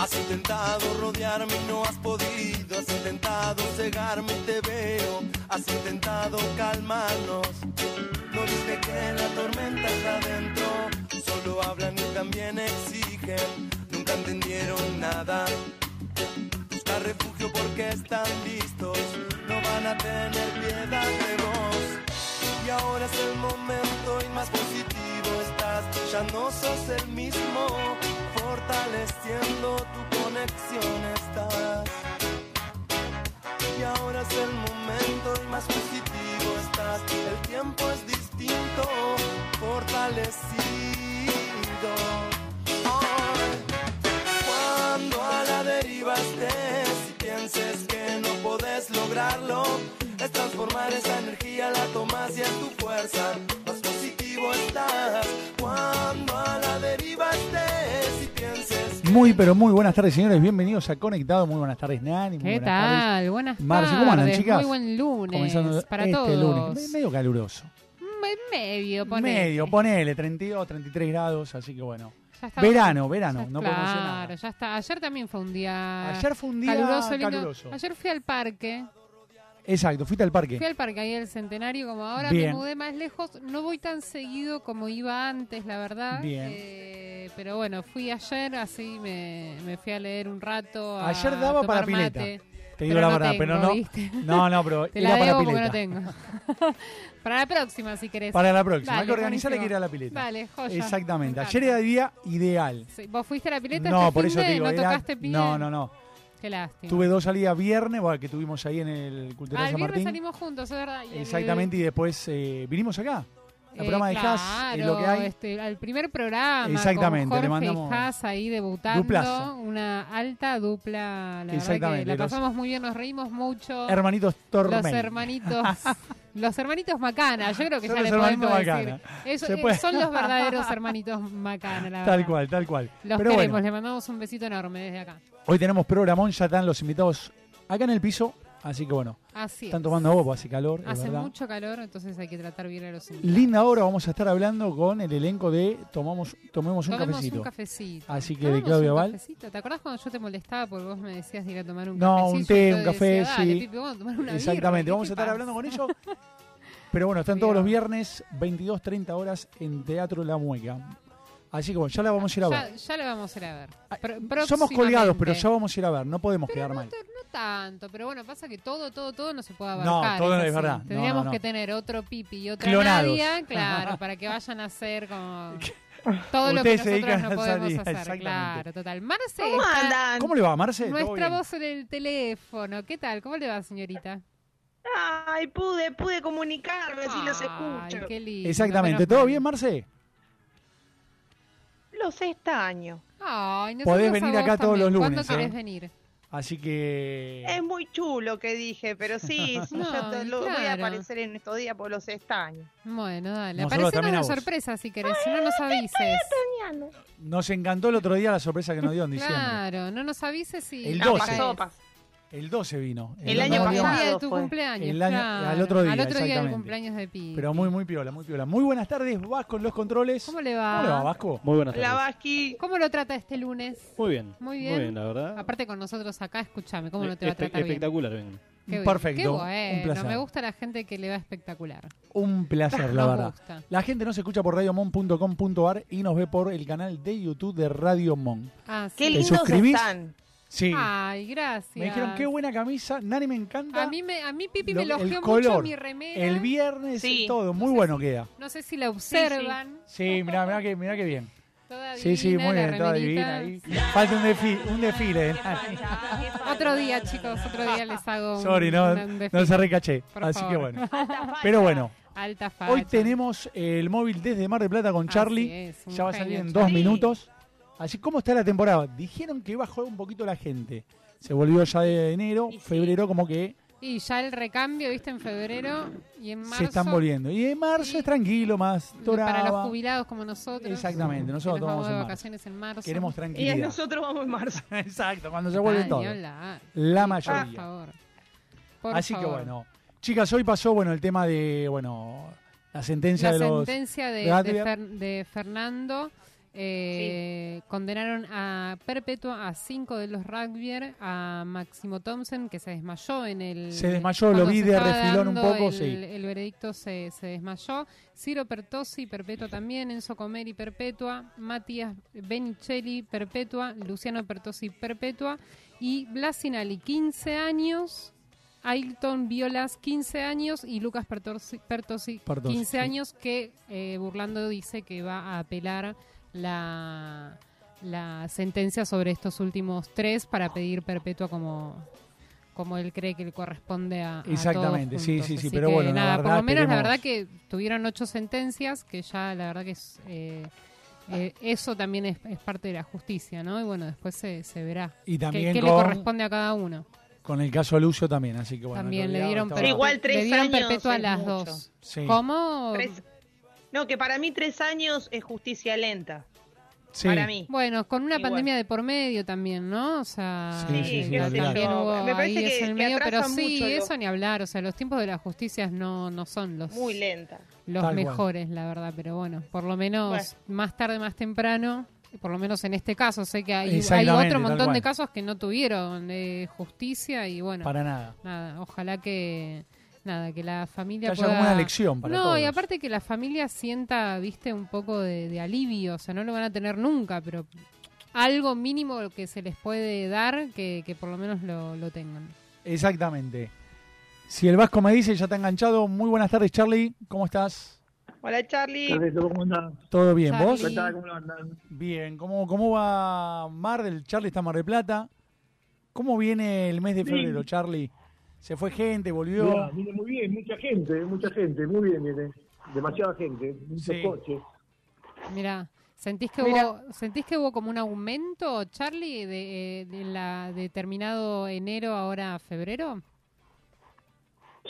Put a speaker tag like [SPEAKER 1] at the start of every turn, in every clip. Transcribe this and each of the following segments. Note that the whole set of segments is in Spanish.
[SPEAKER 1] Has intentado rodearme y no has podido. Has intentado cegarme y te veo. Has intentado calmarnos. No viste que la tormenta está adentro. Solo hablan y también exigen. Nunca entendieron nada. Buscar refugio porque están listos. No van a tener piedad de vos. Y ahora es el momento y más positivo estás. Ya no sos el mismo. Fortaleciendo tu conexión estás. Y ahora es el momento y más positivo estás. El tiempo es distinto. Fortalecido. Hoy, cuando a la deriva estés y pienses que no podés lograrlo, es transformar esa energía, la tomas y es tu fuerza. Más positivo estás cuando a la deriva estés y pienses.
[SPEAKER 2] Muy, pero muy buenas tardes, señores. Bienvenidos a Conectado. Muy buenas tardes, Nani. Muy
[SPEAKER 3] ¿Qué
[SPEAKER 2] buenas tardes.
[SPEAKER 3] tal? Buenas
[SPEAKER 2] Marce,
[SPEAKER 3] tardes.
[SPEAKER 2] ¿cómo andan, chicas?
[SPEAKER 3] Muy buen lunes
[SPEAKER 2] Comenzando
[SPEAKER 3] para
[SPEAKER 2] este
[SPEAKER 3] todos.
[SPEAKER 2] lunes. Me- Medio caluroso.
[SPEAKER 3] Mm, en Medio, ponele.
[SPEAKER 2] Medio, ponele, 32, 33 grados, así que bueno.
[SPEAKER 3] Ya estamos-
[SPEAKER 2] verano,
[SPEAKER 3] ya-
[SPEAKER 2] verano, no podemos hacer nada.
[SPEAKER 3] Claro, ya está. Ayer también fue un día
[SPEAKER 2] Ayer fue un día
[SPEAKER 3] caluroso,
[SPEAKER 2] caluroso.
[SPEAKER 3] lindo. Ayer fui al parque.
[SPEAKER 2] Exacto, fuiste al parque.
[SPEAKER 3] Fui al parque ahí del Centenario, como ahora
[SPEAKER 2] Bien.
[SPEAKER 3] me mudé más lejos. No voy tan seguido como iba antes, la verdad.
[SPEAKER 2] Bien.
[SPEAKER 3] Eh, pero bueno, fui ayer, así me, me fui a leer un rato. a
[SPEAKER 2] Ayer daba para
[SPEAKER 3] tomar
[SPEAKER 2] pileta.
[SPEAKER 3] mate.
[SPEAKER 2] Te digo
[SPEAKER 3] pero
[SPEAKER 2] la
[SPEAKER 3] no
[SPEAKER 2] verdad, pero
[SPEAKER 3] tengo,
[SPEAKER 2] no.
[SPEAKER 3] ¿viste?
[SPEAKER 2] No, no, pero
[SPEAKER 3] Te
[SPEAKER 2] era
[SPEAKER 3] la
[SPEAKER 2] para
[SPEAKER 3] debo porque
[SPEAKER 2] pileta.
[SPEAKER 3] no tengo. para la próxima, si querés.
[SPEAKER 2] Para la próxima, hay
[SPEAKER 3] Dale,
[SPEAKER 2] que organizar hay que
[SPEAKER 3] buenísimo.
[SPEAKER 2] ir a la pileta.
[SPEAKER 3] Vale, joya.
[SPEAKER 2] Exactamente,
[SPEAKER 3] Me
[SPEAKER 2] ayer era
[SPEAKER 3] encanta.
[SPEAKER 2] el día ideal.
[SPEAKER 3] Sí, ¿Vos fuiste a la pileta
[SPEAKER 2] No,
[SPEAKER 3] este
[SPEAKER 2] por
[SPEAKER 3] fin
[SPEAKER 2] eso
[SPEAKER 3] de?
[SPEAKER 2] te digo,
[SPEAKER 3] ¿No
[SPEAKER 2] era-
[SPEAKER 3] tocaste pie?
[SPEAKER 2] no, no, no.
[SPEAKER 3] Qué lástima.
[SPEAKER 2] Tuve dos salidas viernes, bueno, que tuvimos ahí en el Cultural
[SPEAKER 3] Ah, el
[SPEAKER 2] San
[SPEAKER 3] viernes
[SPEAKER 2] Martín.
[SPEAKER 3] salimos juntos, es verdad. y el-
[SPEAKER 2] Exactamente, y después eh, vinimos acá.
[SPEAKER 3] eh,
[SPEAKER 2] El programa de Haas es lo que
[SPEAKER 3] claro,
[SPEAKER 2] hay.
[SPEAKER 3] este, al primer programa.
[SPEAKER 2] Exactamente,
[SPEAKER 3] Con Jorge
[SPEAKER 2] le mandamos-
[SPEAKER 3] y Haas ahí debutando.
[SPEAKER 2] Duplazo.
[SPEAKER 3] Una alta dupla. La
[SPEAKER 2] Exactamente,
[SPEAKER 3] verdad que la
[SPEAKER 2] los-
[SPEAKER 3] pasamos muy bien, nos reímos mucho.
[SPEAKER 2] Hermanitos
[SPEAKER 3] los
[SPEAKER 2] Tormey.
[SPEAKER 3] hermanitos. Los hermanitos Macana, yo creo que
[SPEAKER 2] Son
[SPEAKER 3] ya
[SPEAKER 2] los
[SPEAKER 3] le
[SPEAKER 2] hermanitos
[SPEAKER 3] podemos
[SPEAKER 2] Macana.
[SPEAKER 3] decir. Eso,
[SPEAKER 2] Se
[SPEAKER 3] eh,
[SPEAKER 2] puede.
[SPEAKER 3] Son los verdaderos hermanitos Macana, la
[SPEAKER 2] Tal
[SPEAKER 3] verdad.
[SPEAKER 2] cual, tal cual.
[SPEAKER 3] Los
[SPEAKER 2] Pero
[SPEAKER 3] queremos,
[SPEAKER 2] bueno,
[SPEAKER 3] le mandamos un besito enorme desde acá.
[SPEAKER 2] hoy tenemos programón, ya están los invitados acá en el piso, así que bueno,
[SPEAKER 3] Así
[SPEAKER 2] están
[SPEAKER 3] es.
[SPEAKER 2] tomando agua, pues hace calor, es
[SPEAKER 3] Hace
[SPEAKER 2] verdad.
[SPEAKER 3] mucho calor, entonces hay que tratar bien a los invitados.
[SPEAKER 2] Linda hora vamos a estar hablando con el elenco de Tomamos, Tomemos un
[SPEAKER 3] Tomemos
[SPEAKER 2] cafecito.
[SPEAKER 3] un cafecito.
[SPEAKER 2] Así que de
[SPEAKER 3] Tomemos
[SPEAKER 2] Claudia
[SPEAKER 3] un
[SPEAKER 2] Val.
[SPEAKER 3] cafecito. ¿Te acordás cuando yo te molestaba porque vos me decías de ir a tomar un
[SPEAKER 2] No,
[SPEAKER 3] cafecito?
[SPEAKER 2] un té,
[SPEAKER 3] Yo
[SPEAKER 2] un
[SPEAKER 3] te
[SPEAKER 2] café,
[SPEAKER 3] decía, "Dale,
[SPEAKER 2] sí.
[SPEAKER 3] Pipe, vamos a tomar una birra,
[SPEAKER 2] Exactamente,
[SPEAKER 3] ¿qué
[SPEAKER 2] vamos
[SPEAKER 3] te
[SPEAKER 2] a estar
[SPEAKER 3] pasa?".
[SPEAKER 2] hablando con ellos. Pero bueno, están todos
[SPEAKER 3] Cuidado.
[SPEAKER 2] los viernes, 22, 30 horas en Teatro La Mueca. Así que bueno, ya la vamos a ir a ver.
[SPEAKER 3] Ya, ya la vamos a ir a ver.
[SPEAKER 2] Ah,
[SPEAKER 3] Pr-
[SPEAKER 2] Somos colgados, pero
[SPEAKER 3] próximamente.
[SPEAKER 2] ya vamos a ir a ver, no podemos quedar mal.
[SPEAKER 3] No tanto, pero bueno, pasa que todo, todo, todo no se puede
[SPEAKER 2] No,
[SPEAKER 3] abarcar.
[SPEAKER 2] todo
[SPEAKER 3] así.
[SPEAKER 2] es verdad. No,
[SPEAKER 3] Tendríamos
[SPEAKER 2] no, no.
[SPEAKER 3] que tener otro Pipi y otra
[SPEAKER 2] Clonados.
[SPEAKER 3] Nadia, claro, para que vayan a hacer como todo lo que
[SPEAKER 2] Ustedes
[SPEAKER 3] nosotros
[SPEAKER 2] se dedican
[SPEAKER 3] no
[SPEAKER 2] a
[SPEAKER 3] podemos
[SPEAKER 2] salir,
[SPEAKER 3] hacer.
[SPEAKER 2] exactamente.
[SPEAKER 3] Claro, total. Marce,
[SPEAKER 4] ¿Cómo
[SPEAKER 3] está
[SPEAKER 4] andan?
[SPEAKER 2] ¿Cómo le va, Marce? ¿Todo
[SPEAKER 3] nuestra
[SPEAKER 2] bien?
[SPEAKER 3] voz en el teléfono. ¿Qué tal? ¿Cómo le va, señorita?
[SPEAKER 4] Ay, pude, pude comunicarme, así los
[SPEAKER 3] Ay,
[SPEAKER 4] escucho.
[SPEAKER 3] qué lindo,
[SPEAKER 2] Exactamente,
[SPEAKER 3] menos
[SPEAKER 2] ¿todo
[SPEAKER 3] mal.
[SPEAKER 2] bien, Marce?
[SPEAKER 4] Los extraño.
[SPEAKER 3] Ay, nosotros
[SPEAKER 2] Podés
[SPEAKER 3] a
[SPEAKER 2] venir
[SPEAKER 3] vos
[SPEAKER 2] acá todos
[SPEAKER 3] también.
[SPEAKER 2] los
[SPEAKER 3] ¿Cuándo
[SPEAKER 2] lunes, ¿eh?
[SPEAKER 3] querés venir?
[SPEAKER 2] Así que...
[SPEAKER 4] Es muy chulo que dije, pero sí, sí,
[SPEAKER 3] No,
[SPEAKER 4] yo te- lo voy a
[SPEAKER 3] claro.
[SPEAKER 4] aparecer en estos días por los extraño.
[SPEAKER 3] Bueno, dale. Aparecenos
[SPEAKER 2] Nosotros también a
[SPEAKER 3] una
[SPEAKER 2] vos.
[SPEAKER 3] sorpresa si querés, si no nos avises.
[SPEAKER 2] Nos encantó el otro día la sorpresa que nos dio en diciembre.
[SPEAKER 3] Claro, no nos avises si.
[SPEAKER 2] El
[SPEAKER 3] te
[SPEAKER 4] No,
[SPEAKER 2] 12.
[SPEAKER 4] Ah, pasó,
[SPEAKER 3] caes.
[SPEAKER 4] pasó.
[SPEAKER 2] El 12 vino.
[SPEAKER 4] El
[SPEAKER 2] otro
[SPEAKER 4] año
[SPEAKER 3] No,
[SPEAKER 2] día.
[SPEAKER 3] El día
[SPEAKER 4] pasado
[SPEAKER 3] de tu
[SPEAKER 4] fue.
[SPEAKER 3] cumpleaños.
[SPEAKER 2] El año-
[SPEAKER 3] claro.
[SPEAKER 2] al otro día,
[SPEAKER 3] Al otro día del
[SPEAKER 2] exactamente.
[SPEAKER 3] cumpleaños de Pi.
[SPEAKER 2] Pero muy, muy piola, muy piola. Muy buenas tardes, Vasco en los controles.
[SPEAKER 3] ¿Cómo le va?
[SPEAKER 2] ¿Cómo le va, Vasco?
[SPEAKER 5] Muy buenas
[SPEAKER 4] La
[SPEAKER 5] tardes.
[SPEAKER 4] Vasqui,
[SPEAKER 3] ¿Cómo lo trata este lunes?
[SPEAKER 5] Muy bien.
[SPEAKER 3] Muy bien.
[SPEAKER 5] la verdad.
[SPEAKER 3] Aparte con nosotros acá, escúchame, ¿cómo no te va a
[SPEAKER 5] Espe-
[SPEAKER 3] tratar bien?
[SPEAKER 5] Espectacular, bien.
[SPEAKER 3] Qué bien.
[SPEAKER 2] Perfecto,
[SPEAKER 3] Qué
[SPEAKER 2] un
[SPEAKER 3] bueno.
[SPEAKER 2] placer.
[SPEAKER 3] Me gusta la gente que le va espectacular.
[SPEAKER 2] Un placer, la
[SPEAKER 3] Nos
[SPEAKER 2] verdad.
[SPEAKER 3] gusta.
[SPEAKER 2] La gente nos escucha por radiomon.com.ar y nos ve por el canal de YouTube de Radio Mon.
[SPEAKER 3] Ah, sí.
[SPEAKER 4] qué
[SPEAKER 2] ¿Te
[SPEAKER 4] lindos
[SPEAKER 2] suscribís?
[SPEAKER 4] están.
[SPEAKER 2] Sí.
[SPEAKER 3] Ay, gracias.
[SPEAKER 2] me dijeron, qué buena camisa. Nani me encanta.
[SPEAKER 3] A mí, me, a mí Pipi me
[SPEAKER 2] Lo- el
[SPEAKER 3] elogió mucho
[SPEAKER 2] color,
[SPEAKER 3] mi remera.
[SPEAKER 2] El viernes,
[SPEAKER 4] Sí.
[SPEAKER 2] todo. Muy
[SPEAKER 3] No sé
[SPEAKER 2] bueno queda.
[SPEAKER 3] No sé si la observan.
[SPEAKER 2] Sí, mirá, mirá que, mirá que bien.
[SPEAKER 3] Toda
[SPEAKER 2] Sí, sí,
[SPEAKER 3] divina,
[SPEAKER 2] muy
[SPEAKER 3] la
[SPEAKER 2] bien, toda divina.
[SPEAKER 3] remerita.
[SPEAKER 2] ahí. Falta un, defi- un desfile.
[SPEAKER 3] Otro día, chicos, otro día les hago un,
[SPEAKER 2] Sorry, no,
[SPEAKER 3] un
[SPEAKER 2] no
[SPEAKER 3] desfile.
[SPEAKER 2] se recaché.
[SPEAKER 3] Por
[SPEAKER 2] Así
[SPEAKER 3] favor.
[SPEAKER 2] que bueno. Pero bueno,
[SPEAKER 3] Alta facha.
[SPEAKER 2] hoy tenemos eh, el móvil desde Mar del Plata con
[SPEAKER 3] Así
[SPEAKER 2] Charlie.
[SPEAKER 3] es, un
[SPEAKER 2] Ya va a
[SPEAKER 3] genio,
[SPEAKER 2] salir en
[SPEAKER 3] Charlie.
[SPEAKER 2] dos minutos. Así como está la temporada. Dijeron que bajó un poquito la gente. Se volvió ya de enero,
[SPEAKER 6] Y sí.
[SPEAKER 2] febrero, como que
[SPEAKER 3] Y ya el recambio, viste, en febrero y en marzo.
[SPEAKER 2] se están volviendo. Y en marzo
[SPEAKER 3] Sí.
[SPEAKER 2] es tranquilo, más toraba.
[SPEAKER 3] Para los jubilados como nosotros.
[SPEAKER 2] Exactamente, nosotros
[SPEAKER 3] que nos
[SPEAKER 2] vamos
[SPEAKER 3] vamos de
[SPEAKER 2] en marzo.
[SPEAKER 3] vacaciones en marzo.
[SPEAKER 4] Y
[SPEAKER 2] Queremos
[SPEAKER 4] a
[SPEAKER 2] tranquilidad.
[SPEAKER 4] nosotros vamos en marzo.
[SPEAKER 2] Exacto, cuando se
[SPEAKER 3] Ah,
[SPEAKER 2] vuelve
[SPEAKER 3] ni
[SPEAKER 2] todo.
[SPEAKER 3] hablar.
[SPEAKER 2] La
[SPEAKER 3] Por
[SPEAKER 2] mayoría.
[SPEAKER 3] favor. Por
[SPEAKER 2] Así que
[SPEAKER 3] favor.
[SPEAKER 2] bueno. Chicas, hoy pasó, bueno, el tema de, bueno, la sentencia
[SPEAKER 3] La
[SPEAKER 2] de los...
[SPEAKER 3] sentencia de,
[SPEAKER 2] de Adria.
[SPEAKER 3] de Fer- de Fernando eh, condenaron a perpetua a cinco de los rugbyers, a Máximo Thompson, que se desmayó en el...
[SPEAKER 2] Se desmayó, lo
[SPEAKER 3] cuando
[SPEAKER 2] vi
[SPEAKER 3] se
[SPEAKER 2] de
[SPEAKER 3] estaba
[SPEAKER 2] refilón un
[SPEAKER 3] dando
[SPEAKER 2] poco,
[SPEAKER 3] el,
[SPEAKER 2] sí.
[SPEAKER 3] El veredicto se, se desmayó. Ciro Pertosi, perpetua también. Enzo Comeri, perpetua. Matías Benicelli, perpetua. Luciano Pertosi, perpetua. Y Blasinali, 15 años. Ailton Violas, 15 años. Y Lucas Pertosi, Pertosi,
[SPEAKER 2] Pertosi,
[SPEAKER 3] 15
[SPEAKER 2] sí.
[SPEAKER 3] años, que eh, burlando dice que va a apelar la la sentencia sobre estos últimos tres para pedir perpetua como como él cree que le corresponde a, a todos
[SPEAKER 2] Exactamente, sí,
[SPEAKER 3] juntos.
[SPEAKER 2] sí, sí,
[SPEAKER 3] Así
[SPEAKER 2] pero
[SPEAKER 3] que
[SPEAKER 2] bueno, la
[SPEAKER 3] nada, por
[SPEAKER 2] verdad,
[SPEAKER 3] lo menos la
[SPEAKER 2] esperemos-
[SPEAKER 3] verdad que tuvieron ocho sentencias, que ya la verdad que es, eh, eh, eso también es, es parte de la justicia, ¿no? Y bueno, después se, se verá
[SPEAKER 2] Y
[SPEAKER 3] qué,
[SPEAKER 2] también
[SPEAKER 3] qué le
[SPEAKER 2] con,
[SPEAKER 3] corresponde a cada uno.
[SPEAKER 2] con el caso Lucio también, así que bueno.
[SPEAKER 3] también
[SPEAKER 2] el
[SPEAKER 3] le
[SPEAKER 2] obligado
[SPEAKER 3] dieron,
[SPEAKER 2] estaba-
[SPEAKER 4] Pero igual
[SPEAKER 3] perpetua-
[SPEAKER 4] tres
[SPEAKER 3] le dieron
[SPEAKER 4] años
[SPEAKER 3] perpetua a
[SPEAKER 4] es
[SPEAKER 3] las
[SPEAKER 4] mucho.
[SPEAKER 3] dos.
[SPEAKER 2] Sí,
[SPEAKER 3] ¿Cómo?
[SPEAKER 4] Tres- No, que para mí tres años es justicia lenta.
[SPEAKER 2] sí.
[SPEAKER 4] Para mí.
[SPEAKER 3] Bueno, con una
[SPEAKER 4] Igual.
[SPEAKER 3] pandemia de por medio también, ¿no? O sea,
[SPEAKER 2] Sí, sí, sí,
[SPEAKER 3] que
[SPEAKER 2] olvidate.
[SPEAKER 3] también
[SPEAKER 4] No,
[SPEAKER 3] hubo
[SPEAKER 4] me
[SPEAKER 3] ahí
[SPEAKER 4] parece que-
[SPEAKER 3] eso en el
[SPEAKER 4] que
[SPEAKER 3] medio, pero
[SPEAKER 4] atrasan
[SPEAKER 3] sí,
[SPEAKER 4] mucho los-
[SPEAKER 3] eso ni hablar. O sea, los tiempos de las justicias no, no son los,
[SPEAKER 4] Muy lenta.
[SPEAKER 3] los
[SPEAKER 2] Tal cual.
[SPEAKER 3] mejores, la verdad. Pero bueno, por lo menos más tarde, más temprano, por lo menos en este caso, sé que hay, hay
[SPEAKER 2] Exactamente,
[SPEAKER 3] otro
[SPEAKER 2] tal
[SPEAKER 3] montón
[SPEAKER 2] cual.
[SPEAKER 3] de casos que no tuvieron eh, justicia y bueno,
[SPEAKER 2] Para nada.
[SPEAKER 3] nada, ojalá que... Nada, que la
[SPEAKER 2] Que
[SPEAKER 3] familia
[SPEAKER 2] haya
[SPEAKER 3] pueda-
[SPEAKER 2] como una lección para
[SPEAKER 3] no,
[SPEAKER 2] todos.
[SPEAKER 3] y aparte que la familia sienta, viste, un poco de, de alivio, o sea, no lo van a tener nunca, pero algo mínimo que se les puede dar que, que por lo menos lo, lo tengan.
[SPEAKER 2] Exactamente. Si el Vasco me dice, ya está enganchado. Muy buenas tardes, Charlie. ¿Cómo estás?
[SPEAKER 4] Hola Charlie.
[SPEAKER 7] Perfecto, ¿cómo andan?
[SPEAKER 2] ¿Todo bien?
[SPEAKER 3] Charlie.
[SPEAKER 2] ¿Vos?
[SPEAKER 7] ¿Qué tal? ¿Cómo andan?
[SPEAKER 2] Bien. ¿Cómo, ¿Cómo va Mar del Charlie? Está en Mar del Plata. ¿Cómo viene el mes de
[SPEAKER 7] Bien.
[SPEAKER 2] febrero, Charlie? ¿Se fue gente? ¿Volvió?
[SPEAKER 7] Mirá, viene muy bien, mucha gente, mucha gente, muy bien viene. Demasiada gente, muchos
[SPEAKER 2] Sí.
[SPEAKER 7] coches.
[SPEAKER 3] Mira, ¿sentís que,
[SPEAKER 4] Mirá.
[SPEAKER 3] hubo, ¿sentís que hubo como un aumento, Charlie, de, eh, de la determinado enero ahora a febrero?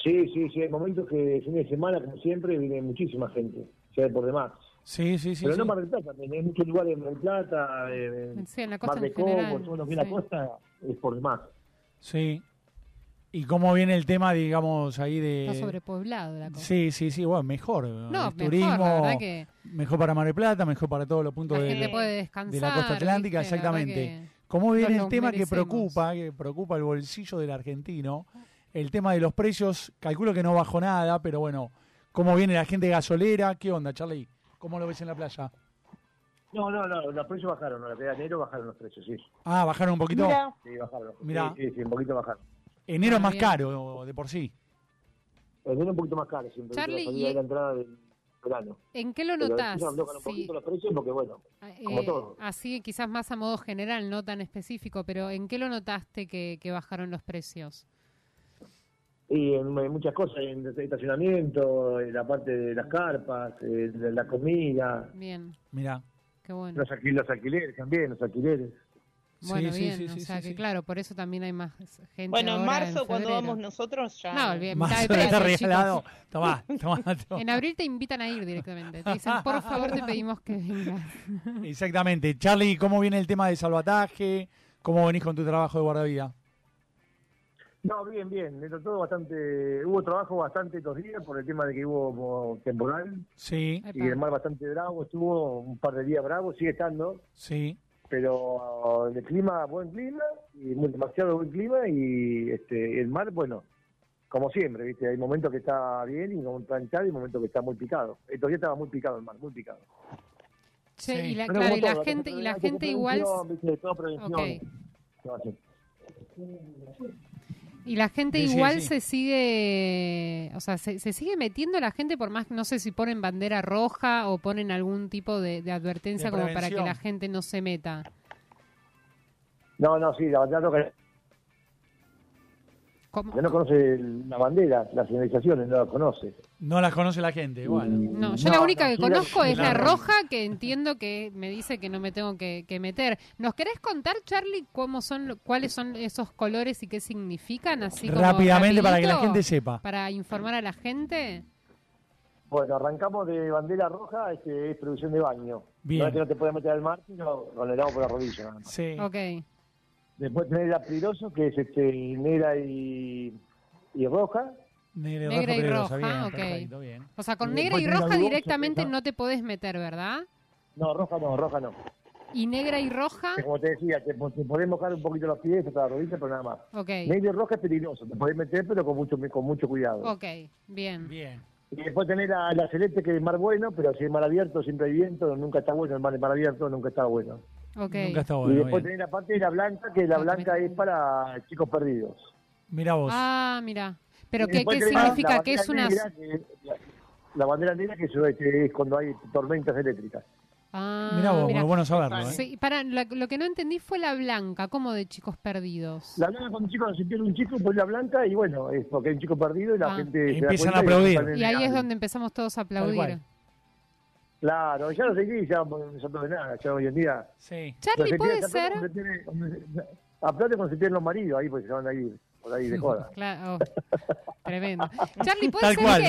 [SPEAKER 7] Sí, sí, sí, hay momentos que fin de semana, como siempre, viene muchísima gente, ya de por demás.
[SPEAKER 2] Sí, sí, sí.
[SPEAKER 7] Pero
[SPEAKER 2] sí.
[SPEAKER 7] no Mar del Plata, también, hay muchos lugares en Mar del Plata, eh,
[SPEAKER 3] Sí, en la costa
[SPEAKER 7] Mar de
[SPEAKER 3] en general.
[SPEAKER 7] Cobo, todo lo que es la
[SPEAKER 3] sí.
[SPEAKER 7] costa es por demás.
[SPEAKER 2] Sí. ¿Y cómo viene el tema, digamos, ahí
[SPEAKER 3] Está
[SPEAKER 2] de...
[SPEAKER 3] sobrepoblado la costa.
[SPEAKER 2] Eh, Sí, sí, sí, bueno, mejor.
[SPEAKER 3] no,
[SPEAKER 2] El
[SPEAKER 3] mejor, la verdad que
[SPEAKER 2] mejor para Mar del Plata, mejor para todos los puntos
[SPEAKER 3] la
[SPEAKER 2] de...
[SPEAKER 3] gente
[SPEAKER 4] de
[SPEAKER 3] puede descansar.
[SPEAKER 2] Atlántica,
[SPEAKER 3] ¿viste? La verdad
[SPEAKER 2] exactamente.
[SPEAKER 3] que-
[SPEAKER 2] ¿Cómo viene
[SPEAKER 3] Nos
[SPEAKER 2] el
[SPEAKER 3] lo
[SPEAKER 2] tema que
[SPEAKER 3] merecemos.
[SPEAKER 2] preocupa, que preocupa el bolsillo del argentino? El tema de los precios, calculo que no bajó nada, pero bueno, ¿cómo viene la gente gasolera? ¿Qué onda, Charlie? ¿Cómo lo ves en la playa?
[SPEAKER 7] No, no, no, los precios bajaron, a la primera de enero bajaron los precios, sí.
[SPEAKER 2] Ah, bajaron un poquito.
[SPEAKER 4] Mira,
[SPEAKER 7] Sí, bajaron.
[SPEAKER 2] Mirá.
[SPEAKER 7] Sí, sí, sí, un poquito bajaron.
[SPEAKER 2] Enero es
[SPEAKER 3] Ah,
[SPEAKER 2] más
[SPEAKER 3] bien.
[SPEAKER 2] caro de por sí.
[SPEAKER 7] Enero un poquito más caro siempre, porque
[SPEAKER 3] Charlie,
[SPEAKER 7] la salida
[SPEAKER 3] y-
[SPEAKER 7] de la entrada del verano.
[SPEAKER 3] ¿En qué lo
[SPEAKER 7] Pero
[SPEAKER 3] notás?
[SPEAKER 7] sí, aflojan un
[SPEAKER 3] Sí,
[SPEAKER 7] poquito los precios porque, bueno, como
[SPEAKER 3] eh,
[SPEAKER 7] todo.
[SPEAKER 3] así quizás más a modo general, no tan específico, pero ¿en qué lo notaste que, que bajaron los precios?
[SPEAKER 7] Y en, en muchas cosas, en estacionamiento, en la parte de las carpas, eh, de la comida,
[SPEAKER 3] Bien,
[SPEAKER 2] Mira,
[SPEAKER 3] qué bueno.
[SPEAKER 7] los, alqui- los alquileres también, los alquileres.
[SPEAKER 2] Sí,
[SPEAKER 3] Bueno,
[SPEAKER 2] sí,
[SPEAKER 3] bien,
[SPEAKER 2] sí,
[SPEAKER 3] o
[SPEAKER 2] sí,
[SPEAKER 3] sea
[SPEAKER 2] sí,
[SPEAKER 3] que
[SPEAKER 2] sí.
[SPEAKER 3] claro, por eso también hay más gente
[SPEAKER 4] bueno, en
[SPEAKER 3] ahora
[SPEAKER 4] marzo cuando
[SPEAKER 3] febrero.
[SPEAKER 4] vamos nosotros ya.
[SPEAKER 3] No, olvidé,
[SPEAKER 2] más
[SPEAKER 3] mitad de
[SPEAKER 2] está
[SPEAKER 3] precio, chicos.
[SPEAKER 2] regalado. Tomá, tomá, tomá.
[SPEAKER 3] En abril te invitan a ir directamente. Te dicen, por favor, te pedimos que vengas.
[SPEAKER 2] Exactamente. Charlie, ¿cómo viene el tema de salvataje? ¿Cómo venís con tu trabajo de guardavía?
[SPEAKER 7] No, bien, bien, dentro de todo bastante, hubo trabajo bastante estos días por el tema de que hubo como, temporal
[SPEAKER 2] Sí,
[SPEAKER 3] Epa.
[SPEAKER 7] y el mar bastante bravo, estuvo un par de días bravo, sigue estando,
[SPEAKER 2] sí.
[SPEAKER 7] pero el clima, buen clima, y muy- demasiado buen clima y este el mar, bueno, como siempre, viste, hay momentos que está bien y como planchado y momentos que está muy picado. Estos días estaba muy picado el mar, muy picado.
[SPEAKER 3] Che,
[SPEAKER 2] Sí.
[SPEAKER 3] y la,
[SPEAKER 7] Bueno,
[SPEAKER 3] claro,
[SPEAKER 7] como
[SPEAKER 3] y la
[SPEAKER 7] todo, hay que
[SPEAKER 3] gente, y la
[SPEAKER 7] hacer prevención,
[SPEAKER 3] gente igual...
[SPEAKER 7] viste, todo prevención.
[SPEAKER 3] Ok.
[SPEAKER 7] No, sí.
[SPEAKER 3] Y la gente
[SPEAKER 2] Sí, sí,
[SPEAKER 3] igual
[SPEAKER 2] sí.
[SPEAKER 3] se sigue, o sea, se, se sigue metiendo la gente por más, no sé si ponen bandera roja o ponen algún tipo de, de advertencia
[SPEAKER 2] De
[SPEAKER 3] como para que la
[SPEAKER 2] prevención.
[SPEAKER 3] gente no se meta.
[SPEAKER 7] No, no, sí, la bandera roja,
[SPEAKER 3] ¿Cómo?
[SPEAKER 7] que no conoce el- la bandera, las señalizaciones, no la conoce.
[SPEAKER 2] No las conoce la gente,
[SPEAKER 7] Uh,
[SPEAKER 2] bueno.
[SPEAKER 3] No, yo la única que
[SPEAKER 7] sí, la-
[SPEAKER 3] conozco es la
[SPEAKER 2] claro.
[SPEAKER 3] roja que entiendo que me dice que no me tengo que, que meter. ¿Nos querés contar, Charlie, cómo son, lo- cuáles son esos colores y qué significan? Así como
[SPEAKER 2] Rápidamente para que la
[SPEAKER 3] rapidito,
[SPEAKER 2] gente sepa.
[SPEAKER 3] Para informar a la gente.
[SPEAKER 7] Bueno, arrancamos de bandera roja, este, es producción de baño.
[SPEAKER 2] Bien.
[SPEAKER 7] No es que no te puedes meter al mar, sino con el agua por la rodilla. nada más.
[SPEAKER 2] Sí.
[SPEAKER 3] Ok.
[SPEAKER 7] Después tenés la piroso, que es este, negra y, y roja.
[SPEAKER 2] Negra y
[SPEAKER 3] Negra y
[SPEAKER 2] roja,
[SPEAKER 3] roja,
[SPEAKER 2] bien,
[SPEAKER 3] ok.
[SPEAKER 2] perfecto, bien.
[SPEAKER 3] O sea, con
[SPEAKER 7] Y
[SPEAKER 3] negra y
[SPEAKER 7] después
[SPEAKER 3] roja
[SPEAKER 7] tenés la
[SPEAKER 3] directamente
[SPEAKER 7] dudosa,
[SPEAKER 3] no te podés meter, ¿verdad?
[SPEAKER 7] No, roja no, roja no.
[SPEAKER 3] Y negra y roja,
[SPEAKER 7] Que Como te decía, te, pues, te podés mojar un poquito los pies hasta la rodilla, pero nada más.
[SPEAKER 3] ok.
[SPEAKER 7] Negra y roja es peligroso, te podés meter, pero con mucho con mucho cuidado.
[SPEAKER 3] Ok, bien.
[SPEAKER 2] Bien.
[SPEAKER 7] Y después tenés la, la celeste, que es mar bueno, pero si es mar abierto, siempre hay viento, nunca está bueno. El mar, el mar abierto nunca está bueno.
[SPEAKER 3] Ok.
[SPEAKER 2] Nunca está
[SPEAKER 7] y
[SPEAKER 2] bueno.
[SPEAKER 7] después
[SPEAKER 2] bien.
[SPEAKER 7] tenés la parte de la blanca, que la
[SPEAKER 3] No,
[SPEAKER 7] blanca
[SPEAKER 3] también.
[SPEAKER 7] es para chicos perdidos.
[SPEAKER 2] Mirá vos.
[SPEAKER 3] Ah, mira. ¿Pero
[SPEAKER 7] Y
[SPEAKER 3] qué,
[SPEAKER 7] después
[SPEAKER 3] qué
[SPEAKER 7] tenés la-
[SPEAKER 3] significa?
[SPEAKER 7] la
[SPEAKER 3] que es una...
[SPEAKER 7] bandera negra, que- la, la bandera negra, que es, este, es cuando hay tormentas eléctricas.
[SPEAKER 3] Ah,
[SPEAKER 2] Mirá vos,
[SPEAKER 3] mirá.
[SPEAKER 2] bueno, bueno saberlo. ¿eh?
[SPEAKER 3] Sí, para, lo, lo que no entendí fue la blanca, como de chicos perdidos.
[SPEAKER 7] La blanca cuando un chico se pierde un chico, pone la blanca y bueno, es porque hay un chico perdido y la
[SPEAKER 3] Ah.
[SPEAKER 7] gente... se da
[SPEAKER 2] Empiezan a
[SPEAKER 7] cuenta
[SPEAKER 2] aplaudir.
[SPEAKER 7] están en
[SPEAKER 3] Y ahí
[SPEAKER 7] el-
[SPEAKER 3] es donde empezamos todos a aplaudir.
[SPEAKER 2] cual.
[SPEAKER 7] Claro, ya no seguís, ya no nosotros de nada, ya hoy en día...
[SPEAKER 2] Sí.
[SPEAKER 3] Charlie,
[SPEAKER 7] Pero se
[SPEAKER 3] ¿puede
[SPEAKER 7] tiene- se
[SPEAKER 3] ser?
[SPEAKER 7] aplaude cuando se tiene- Aplaude cuando se pierden los maridos, ahí pues se van ahí, por ahí de joda.
[SPEAKER 3] Claro, oh, tremendo. Charlie, ¿puede
[SPEAKER 2] Tal
[SPEAKER 3] ser,
[SPEAKER 2] cual.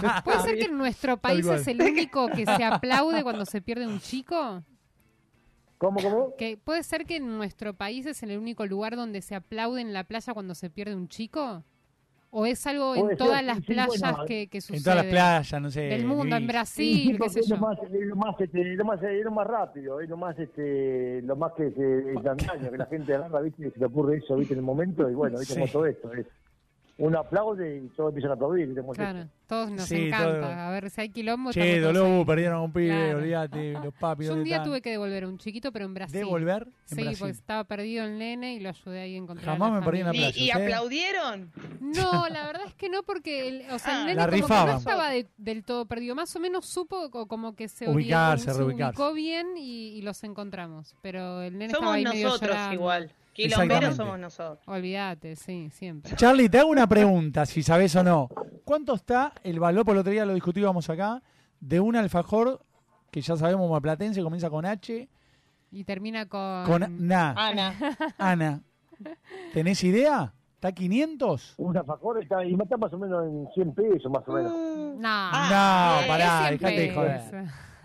[SPEAKER 3] que, ¿puede ser que en nuestro país
[SPEAKER 2] cual.
[SPEAKER 3] es el único que se aplaude cuando se pierde un chico?
[SPEAKER 7] ¿Cómo, cómo?
[SPEAKER 3] ¿Que ¿Puede ser que en nuestro país es el único lugar donde se aplaude en la playa cuando se pierde un chico? ¿O es algo en
[SPEAKER 7] Puede ser,
[SPEAKER 3] todas
[SPEAKER 7] sí,
[SPEAKER 3] las
[SPEAKER 7] sí,
[SPEAKER 3] playas
[SPEAKER 7] bueno,
[SPEAKER 3] que, que sucede?
[SPEAKER 2] En todas las playas, no sé.
[SPEAKER 3] Del mundo, en
[SPEAKER 2] Luis.
[SPEAKER 3] Brasil,
[SPEAKER 7] porque
[SPEAKER 3] qué sé
[SPEAKER 7] es lo
[SPEAKER 3] yo.
[SPEAKER 7] más, es lo más, este, lo más, es lo más rápido, es lo más, este, lo más que se es de antaño, que la gente agarra, viste, se le ocurre eso, viste, en el momento, y bueno, viste
[SPEAKER 2] Sí.
[SPEAKER 7] como todo esto, es un aplaude y todos empiezan a aplaudir, viste, como es
[SPEAKER 3] Claro, todos nos
[SPEAKER 2] Sí,
[SPEAKER 3] encanta.
[SPEAKER 2] todo.
[SPEAKER 3] A ver si hay quilombo.
[SPEAKER 2] Che,
[SPEAKER 3] estamos todos
[SPEAKER 2] Dolú,
[SPEAKER 3] ahí.
[SPEAKER 2] perdieron a un pibe,
[SPEAKER 3] Claro.
[SPEAKER 2] olvídate, los papis.
[SPEAKER 3] Yo un
[SPEAKER 2] ¿dónde
[SPEAKER 3] día
[SPEAKER 2] están?
[SPEAKER 3] tuve que devolver a un chiquito, pero en Brasil.
[SPEAKER 2] ¿Devolver? En
[SPEAKER 3] Sí,
[SPEAKER 2] Brasil.
[SPEAKER 3] porque estaba perdido el nene y lo ayudé ahí a encontrar.
[SPEAKER 2] Jamás
[SPEAKER 3] a la
[SPEAKER 2] me perdí en la
[SPEAKER 3] familia.
[SPEAKER 4] ¿Y, y
[SPEAKER 2] playas, ¿eh?
[SPEAKER 4] aplaudieron?
[SPEAKER 3] No, la verdad es que no, porque el, o sea, el
[SPEAKER 4] Ah.
[SPEAKER 3] nene
[SPEAKER 2] La
[SPEAKER 3] como que no
[SPEAKER 2] rifaban.
[SPEAKER 3] estaba de- del todo perdido. Más o menos supo co- como que se,
[SPEAKER 2] Ubicarse,
[SPEAKER 3] orientó, se
[SPEAKER 2] reubicarse.
[SPEAKER 3] ubicó bien y, y los encontramos. Pero el nene estaba
[SPEAKER 4] Somos
[SPEAKER 3] ahí medio
[SPEAKER 4] nosotros
[SPEAKER 3] llorando.
[SPEAKER 4] igual.
[SPEAKER 2] Exactamente.
[SPEAKER 4] Quilomberos somos nosotros.
[SPEAKER 3] Olvídate, sí, siempre.
[SPEAKER 2] Charlie, te hago una pregunta, si sabes o no. ¿Cuánto está el valor, por el otro día lo discutíamos acá, de un alfajor que ya sabemos maplatense, comienza con H,
[SPEAKER 3] Y termina con...
[SPEAKER 2] con Na,
[SPEAKER 4] Ana.
[SPEAKER 2] Ana? ¿Tenés idea? ¿Está 500?
[SPEAKER 7] Un alfajor está, y está más o menos en 100 pesos, más o menos.
[SPEAKER 3] No,
[SPEAKER 4] Mm.
[SPEAKER 2] No,
[SPEAKER 4] eh,
[SPEAKER 2] pará,
[SPEAKER 3] siempre
[SPEAKER 2] dejate de
[SPEAKER 3] es.
[SPEAKER 2] joder.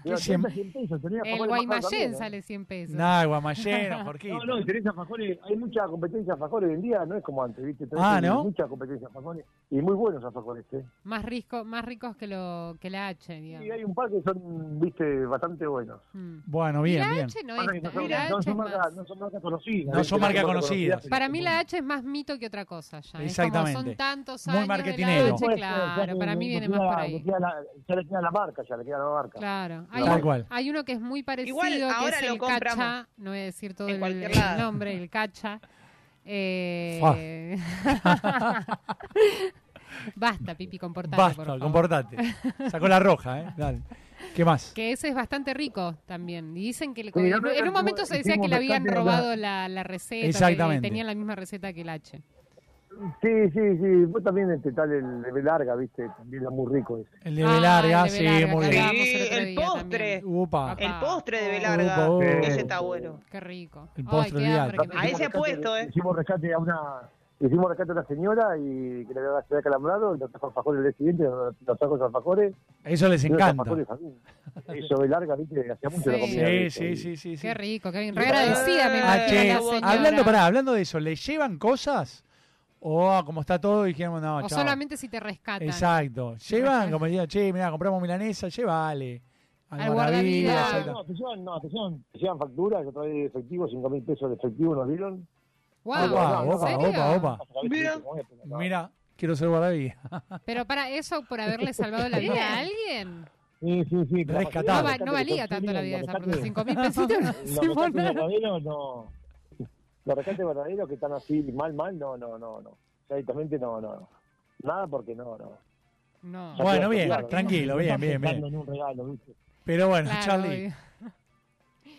[SPEAKER 7] Pero
[SPEAKER 2] ¿Qué cien-
[SPEAKER 7] 80, 100 pesos, tenés
[SPEAKER 3] El
[SPEAKER 7] alfajores más caros
[SPEAKER 3] Guaymallén
[SPEAKER 7] también, ¿eh?
[SPEAKER 3] sale 100 pesos.
[SPEAKER 2] Nah, Guamayeno, Jorquito.
[SPEAKER 7] No, no, interesa alfajores, hay mucha competencia de alfajores hoy en día, no es como antes, viste, Tenés
[SPEAKER 2] Ah, ¿no?
[SPEAKER 7] mucha competencia de alfajores, y muy buenos alfajores, ¿eh?
[SPEAKER 3] Más, risco, más ricos que, lo, que la H, digamos.
[SPEAKER 7] Y hay un par que son, viste, eh, bastante buenos.
[SPEAKER 3] Mm.
[SPEAKER 2] Bueno,
[SPEAKER 3] Y
[SPEAKER 2] bien,
[SPEAKER 3] la
[SPEAKER 2] bien.
[SPEAKER 3] H no
[SPEAKER 7] Pasa que
[SPEAKER 3] es,
[SPEAKER 7] No
[SPEAKER 3] tan-
[SPEAKER 7] son,
[SPEAKER 3] la
[SPEAKER 7] no
[SPEAKER 3] H
[SPEAKER 7] son
[SPEAKER 3] es
[SPEAKER 7] marcas,
[SPEAKER 3] más-
[SPEAKER 7] no son marcas conocidas.
[SPEAKER 2] No son marcas conocidas.
[SPEAKER 3] Para mí la H es más mito que otra cosa ya. Es como
[SPEAKER 2] Exactamente.
[SPEAKER 3] son tantos
[SPEAKER 2] Muy
[SPEAKER 3] años
[SPEAKER 2] marketinero.
[SPEAKER 3] de la H, claro. Para mí viene más por ahí.
[SPEAKER 7] Ya le queda la marca, ya le queda la marca.
[SPEAKER 3] Claro. Hay,
[SPEAKER 7] Tal
[SPEAKER 3] un-
[SPEAKER 2] cual.
[SPEAKER 3] hay uno que es muy parecido,
[SPEAKER 4] Igual,
[SPEAKER 3] que
[SPEAKER 4] ahora
[SPEAKER 3] es
[SPEAKER 4] lo
[SPEAKER 3] el
[SPEAKER 4] compramos.
[SPEAKER 3] cacha. No voy a decir todo
[SPEAKER 4] En
[SPEAKER 3] el,
[SPEAKER 4] cualquier
[SPEAKER 3] el
[SPEAKER 4] lado.
[SPEAKER 3] nombre, el cacha. Eh, Basta, Pipi, comportate, por
[SPEAKER 2] Basta,
[SPEAKER 3] favor.
[SPEAKER 2] comportate. Sacó la roja, ¿eh? Dale. ¿Qué más?
[SPEAKER 3] Que ese es bastante rico también. Y dicen que le-
[SPEAKER 7] Sí,
[SPEAKER 3] en,
[SPEAKER 7] ahora
[SPEAKER 3] en un momento
[SPEAKER 7] hicimos-
[SPEAKER 3] se decía que le
[SPEAKER 7] hicimos
[SPEAKER 3] habían
[SPEAKER 7] bastante
[SPEAKER 3] robado la, la receta. que
[SPEAKER 2] Exactamente.
[SPEAKER 3] Tenían la misma receta que el H.
[SPEAKER 7] Sí, sí, sí. Vos también este tal el de larga, viste, también es muy rico ese.
[SPEAKER 2] El de
[SPEAKER 3] Ah,
[SPEAKER 2] Belarga,
[SPEAKER 3] el de
[SPEAKER 2] sí,
[SPEAKER 3] Belarga,
[SPEAKER 2] muy
[SPEAKER 4] Sí,
[SPEAKER 2] bien.
[SPEAKER 3] claro. Hablábamos el otro
[SPEAKER 4] el
[SPEAKER 3] día
[SPEAKER 4] postre.
[SPEAKER 2] Upa.
[SPEAKER 3] Papá.
[SPEAKER 4] El postre de
[SPEAKER 2] Upa,
[SPEAKER 4] Belarga.
[SPEAKER 2] upa.
[SPEAKER 4] Ese está bueno.
[SPEAKER 3] Qué rico.
[SPEAKER 2] Oh, El
[SPEAKER 3] Ay,
[SPEAKER 2] postre
[SPEAKER 3] qué
[SPEAKER 2] de
[SPEAKER 3] hambre
[SPEAKER 2] Alta.
[SPEAKER 3] que me
[SPEAKER 4] Ahí
[SPEAKER 3] dio.
[SPEAKER 4] se ha puesto, ¿eh?
[SPEAKER 7] Hicimos rescate a una... Hicimos rescate a una señora y que le había quedado calambrado, los trajo alfajores el día siguiente, los sacos alfajores.
[SPEAKER 2] Eso les
[SPEAKER 7] y unos
[SPEAKER 2] encanta.
[SPEAKER 7] alfajores a mí. Eso de larga, viste, hacía mucho la
[SPEAKER 3] Sí.
[SPEAKER 7] comida.
[SPEAKER 2] Sí,
[SPEAKER 7] ¿viste?
[SPEAKER 2] sí, sí, sí. sí.
[SPEAKER 3] Qué rico, qué bien. Re agradecida me
[SPEAKER 2] Ah,
[SPEAKER 4] Qué
[SPEAKER 2] che,
[SPEAKER 4] rica
[SPEAKER 3] imagino la señora.
[SPEAKER 2] hablando, pará, hablando de eso, ¿le llevan cosas? O ah, como está todo, dijimos, no,
[SPEAKER 3] O
[SPEAKER 2] chao.
[SPEAKER 3] solamente si te rescatan.
[SPEAKER 2] Exacto. Llevan, como decían, che, mira, compramos milanesa, llévale. Al,
[SPEAKER 3] Al
[SPEAKER 2] guardavidas,
[SPEAKER 3] guardavidas.
[SPEAKER 2] exacto.
[SPEAKER 7] No, te llevan, no, te llevan, te llevan facturas, otra vez efectivo, 5 mil pesos de efectivo nos dieron.
[SPEAKER 3] Guau,
[SPEAKER 2] Opa,
[SPEAKER 7] ¿en
[SPEAKER 2] opa,
[SPEAKER 3] serio?
[SPEAKER 2] opa, opa.
[SPEAKER 4] Mira.
[SPEAKER 2] Mira, quiero ser guardavidas.
[SPEAKER 3] Pero para eso, por haberle salvado la vida a alguien,
[SPEAKER 7] Sí, sí, sí. pero
[SPEAKER 2] Rescatado.
[SPEAKER 3] no,
[SPEAKER 2] Claro.
[SPEAKER 3] va- no valía tanto la vida esa, porque 5 mil pesitos no
[SPEAKER 7] Los
[SPEAKER 3] hicimos
[SPEAKER 7] rescates
[SPEAKER 3] nada.
[SPEAKER 7] verdaderos no. Los rescates verdaderos que están así mal, mal, no, no, no, no. Directamente no, no. Nada porque no, no.
[SPEAKER 3] No.
[SPEAKER 7] Ya
[SPEAKER 2] Bueno,
[SPEAKER 7] queda
[SPEAKER 2] bien,
[SPEAKER 7] claro.
[SPEAKER 2] tranquilo, bien,
[SPEAKER 7] Estás
[SPEAKER 2] bien, bien.
[SPEAKER 7] pensando en un regalo, ¿viste?
[SPEAKER 2] Pero bueno,
[SPEAKER 3] Claro,
[SPEAKER 2] Charlie,
[SPEAKER 3] obvio.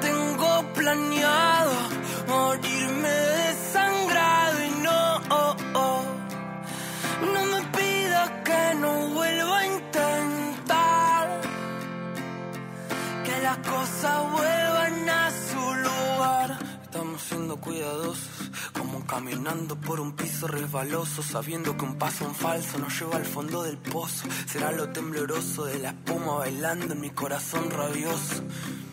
[SPEAKER 6] tengo planeado morirme desangrado. Y no, oh, oh, no me pidas que no vuelva a intentar. Que las cosas vuelvan a su lugar. Estamos siendo cuidadosos, como caminando por un piso resbaloso, sabiendo que un paso en falso nos lleva al fondo del pozo. Será lo tembloroso de la espuma bailando en mi corazón rabioso.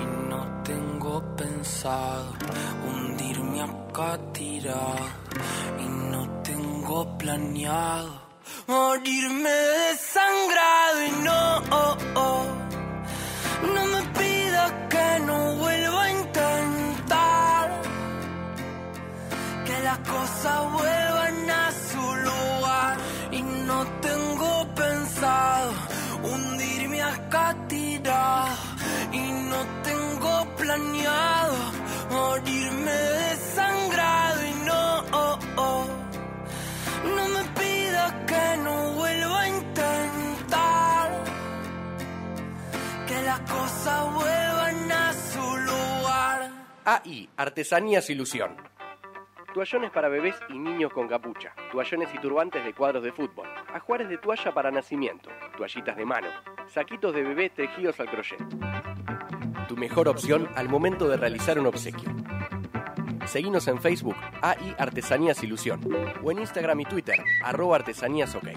[SPEAKER 6] Y no tengo pensado hundirme acá tirado. Y no tengo planeado morirme desangrado. Y no, oh, oh, no me pidas que no vuelva a intentar que las cosas vuelvan a su lugar y no tengo pensado hundirme acá tirado y no tengo planeado morirme desangrado cosas vuelvan a su lugar.
[SPEAKER 8] AI, Artesanías Ilusión. Toallones para bebés y niños con capucha. Toallones y turbantes de cuadros de fútbol. Ajuares de toalla para nacimiento. Toallitas de mano. Saquitos de bebé tejidos al crochet. Tu mejor opción al momento de realizar un obsequio. Seguinos en Facebook, AI Artesanías Ilusión. O en Instagram y Twitter, arroba artesanías ok.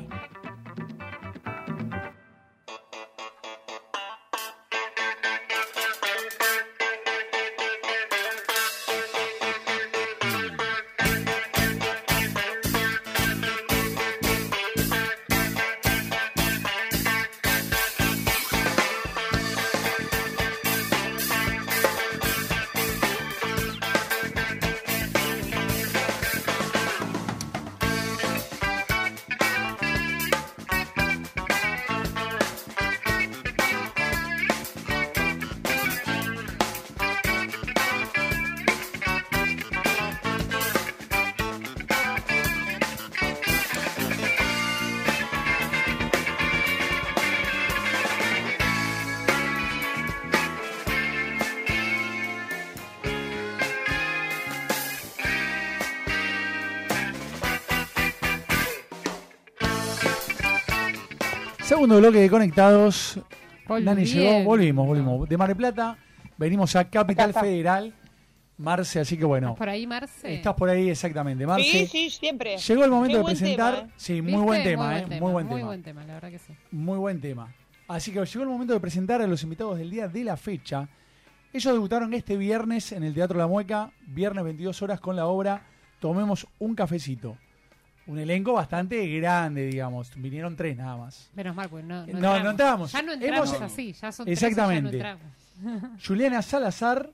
[SPEAKER 2] Segundo bloque de Conectados.
[SPEAKER 3] Volvieron.
[SPEAKER 2] Nani llegó, volvimos, volvimos. De Mar del Plata, venimos a Capital Federal. Marce, así que bueno.
[SPEAKER 3] ¿Estás por ahí, Marce?
[SPEAKER 2] Estás por ahí exactamente, Marce.
[SPEAKER 4] Sí, sí, siempre.
[SPEAKER 2] Llegó el momento
[SPEAKER 4] Qué
[SPEAKER 2] de
[SPEAKER 4] buen
[SPEAKER 2] presentar.
[SPEAKER 4] tema, ¿eh?
[SPEAKER 2] Sí, muy
[SPEAKER 3] ¿Viste?
[SPEAKER 2] buen tema, ¿eh? Muy buen
[SPEAKER 3] Muy
[SPEAKER 2] tema.
[SPEAKER 3] buen tema, la verdad que sí.
[SPEAKER 2] Muy buen tema. Así que llegó el momento de presentar a los invitados del día de la fecha. Ellos debutaron este viernes en el Teatro La Mueca, viernes 22 horas con la obra Tomemos un cafecito. Un elenco bastante grande, digamos. Vinieron tres nada más.
[SPEAKER 3] Menos mal, pues no,
[SPEAKER 2] No,
[SPEAKER 3] no,
[SPEAKER 2] no entramos.
[SPEAKER 3] Ya no entramos
[SPEAKER 2] Hemos-
[SPEAKER 3] así, ya son
[SPEAKER 2] Exactamente.
[SPEAKER 3] Tres, ya no entramos.
[SPEAKER 2] Juliana Salazar,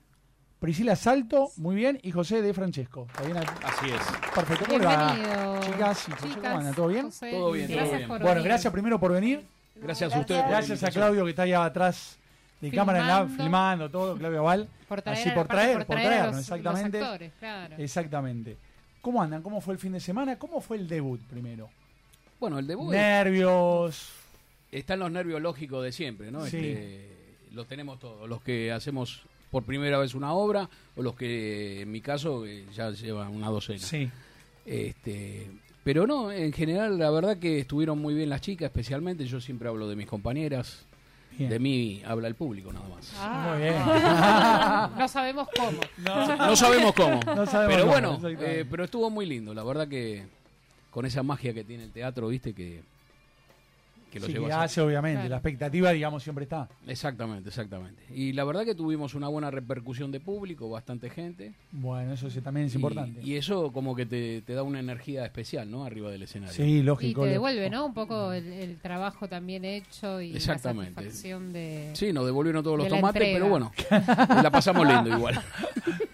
[SPEAKER 2] Priscila Salto, muy bien, y José de Francesco. ¿Está bien?
[SPEAKER 9] Así es.
[SPEAKER 2] Perfecto. ¿Cómo le va?
[SPEAKER 3] Bienvenidos.
[SPEAKER 2] Chicas y chicos, ¿cómo andan? ¿Todo bien?
[SPEAKER 3] José,
[SPEAKER 9] Todo bien, todo
[SPEAKER 3] gracias
[SPEAKER 9] bien.
[SPEAKER 3] por
[SPEAKER 2] Bueno,
[SPEAKER 3] venir.
[SPEAKER 2] gracias primero por venir.
[SPEAKER 9] Gracias a ustedes. por la
[SPEAKER 2] Gracias a
[SPEAKER 9] invitación.
[SPEAKER 2] Claudio que está allá atrás de cámara, en la-
[SPEAKER 3] Filmando.
[SPEAKER 2] filmando todo, Claudio Val.
[SPEAKER 3] por traer,
[SPEAKER 2] Así
[SPEAKER 3] a-
[SPEAKER 2] por
[SPEAKER 3] aparte
[SPEAKER 2] traer, por
[SPEAKER 3] a
[SPEAKER 2] traernos,
[SPEAKER 3] los-
[SPEAKER 2] exactamente.
[SPEAKER 3] Los actores, claro.
[SPEAKER 2] Exactamente. ¿Cómo andan? ¿Cómo fue el fin de semana? ¿Cómo fue el debut primero?
[SPEAKER 9] Bueno, el debut
[SPEAKER 2] Nervios.
[SPEAKER 9] están los nervios lógicos de siempre, ¿no?
[SPEAKER 2] Sí.
[SPEAKER 9] Este, lo tenemos todos, los que hacemos por primera vez una obra o los que, en mi caso, eh, ya llevan una docena.
[SPEAKER 2] Sí.
[SPEAKER 9] Este, pero no, en general, la verdad que estuvieron muy bien las chicas, especialmente. Yo siempre hablo de mis compañeras.
[SPEAKER 2] Bien.
[SPEAKER 9] De mí habla el público nada más.
[SPEAKER 3] Ah,
[SPEAKER 2] Muy bien.
[SPEAKER 3] no sabemos cómo.
[SPEAKER 9] No sabemos cómo.
[SPEAKER 2] No sabemos
[SPEAKER 9] pero
[SPEAKER 2] cómo,
[SPEAKER 9] bueno,
[SPEAKER 2] exactamente.
[SPEAKER 9] eh, pero estuvo muy lindo. La verdad que con esa magia que tiene el teatro, viste, que, que lo
[SPEAKER 2] Sí,
[SPEAKER 9] lleva
[SPEAKER 2] que
[SPEAKER 9] a
[SPEAKER 2] hace, obviamente.
[SPEAKER 3] Claro.
[SPEAKER 2] La expectativa, digamos, siempre está.
[SPEAKER 9] Exactamente, exactamente. Y la verdad que tuvimos una buena repercusión de público, bastante gente.
[SPEAKER 2] Bueno, eso sí, también es
[SPEAKER 9] y,
[SPEAKER 2] importante.
[SPEAKER 9] Y eso como que te, te da una energía especial, ¿no? Arriba del escenario.
[SPEAKER 2] sí,
[SPEAKER 3] Y
[SPEAKER 2] lógico.
[SPEAKER 3] te
[SPEAKER 2] lo-
[SPEAKER 3] devuelve, ¿no? Un poco el, el trabajo también hecho y la
[SPEAKER 9] Exactamente.
[SPEAKER 3] satisfacción de...
[SPEAKER 9] Sí, nos devolvieron todos los
[SPEAKER 3] De la
[SPEAKER 9] tomates,
[SPEAKER 3] entrega.
[SPEAKER 9] pero bueno, la pasamos lindo igual.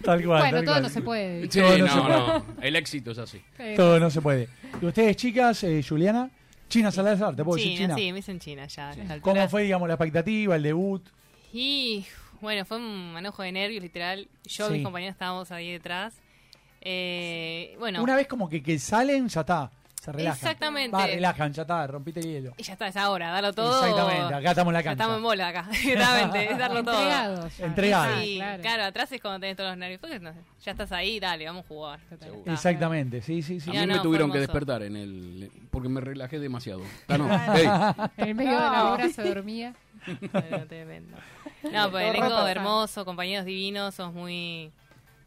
[SPEAKER 2] Tal cual.
[SPEAKER 3] Bueno,
[SPEAKER 2] tal
[SPEAKER 3] todo
[SPEAKER 2] cual.
[SPEAKER 3] no se puede.
[SPEAKER 9] Sí,
[SPEAKER 2] Todo no se
[SPEAKER 9] no,
[SPEAKER 2] puede.
[SPEAKER 9] no, el éxito es así.
[SPEAKER 3] Eh,
[SPEAKER 2] Todo no se puede. Y ustedes, chicas, eh, Juliana, China Salazar, ¿te puedo decir China?
[SPEAKER 10] sí, me dicen China ya. a esta
[SPEAKER 2] ¿Cómo
[SPEAKER 10] altura.
[SPEAKER 2] fue, digamos, la expectativa, el debut?
[SPEAKER 10] Y bueno, fue un manojo de nervios, literal. Yo y
[SPEAKER 2] Sí.
[SPEAKER 10] mis compañeros estábamos ahí detrás. Eh, bueno,
[SPEAKER 2] Una vez como que, que salen, ya está. Se relajan.
[SPEAKER 10] Exactamente.
[SPEAKER 2] Va, relajan, ya está, rompiste el hielo.
[SPEAKER 10] y ya está, es ahora, darlo todo.
[SPEAKER 2] Exactamente, acá estamos en la
[SPEAKER 10] Ya
[SPEAKER 2] cancha.
[SPEAKER 10] estamos en bola acá, exactamente, es darlo todo.
[SPEAKER 3] Entregados. ya.
[SPEAKER 2] Entregados.
[SPEAKER 10] Sí,
[SPEAKER 3] Ah,
[SPEAKER 10] claro. atrás es cuando tenés todos los nervios. Porque no sé, ya estás ahí, dale, vamos a jugar.
[SPEAKER 3] Total.
[SPEAKER 10] Está.
[SPEAKER 2] Exactamente, sí, sí, sí.
[SPEAKER 9] A
[SPEAKER 10] Ya
[SPEAKER 9] mí
[SPEAKER 10] no,
[SPEAKER 9] me
[SPEAKER 10] fue
[SPEAKER 9] tuvieron que
[SPEAKER 10] hermoso.
[SPEAKER 9] despertar en el porque me relajé demasiado. Ah, no, ey,
[SPEAKER 3] En el medio de la obra se dormía.
[SPEAKER 10] Bueno, tremendo. No, pues
[SPEAKER 3] Todo
[SPEAKER 10] elenco
[SPEAKER 3] pasa.
[SPEAKER 10] hermoso, compañeros divinos, somos muy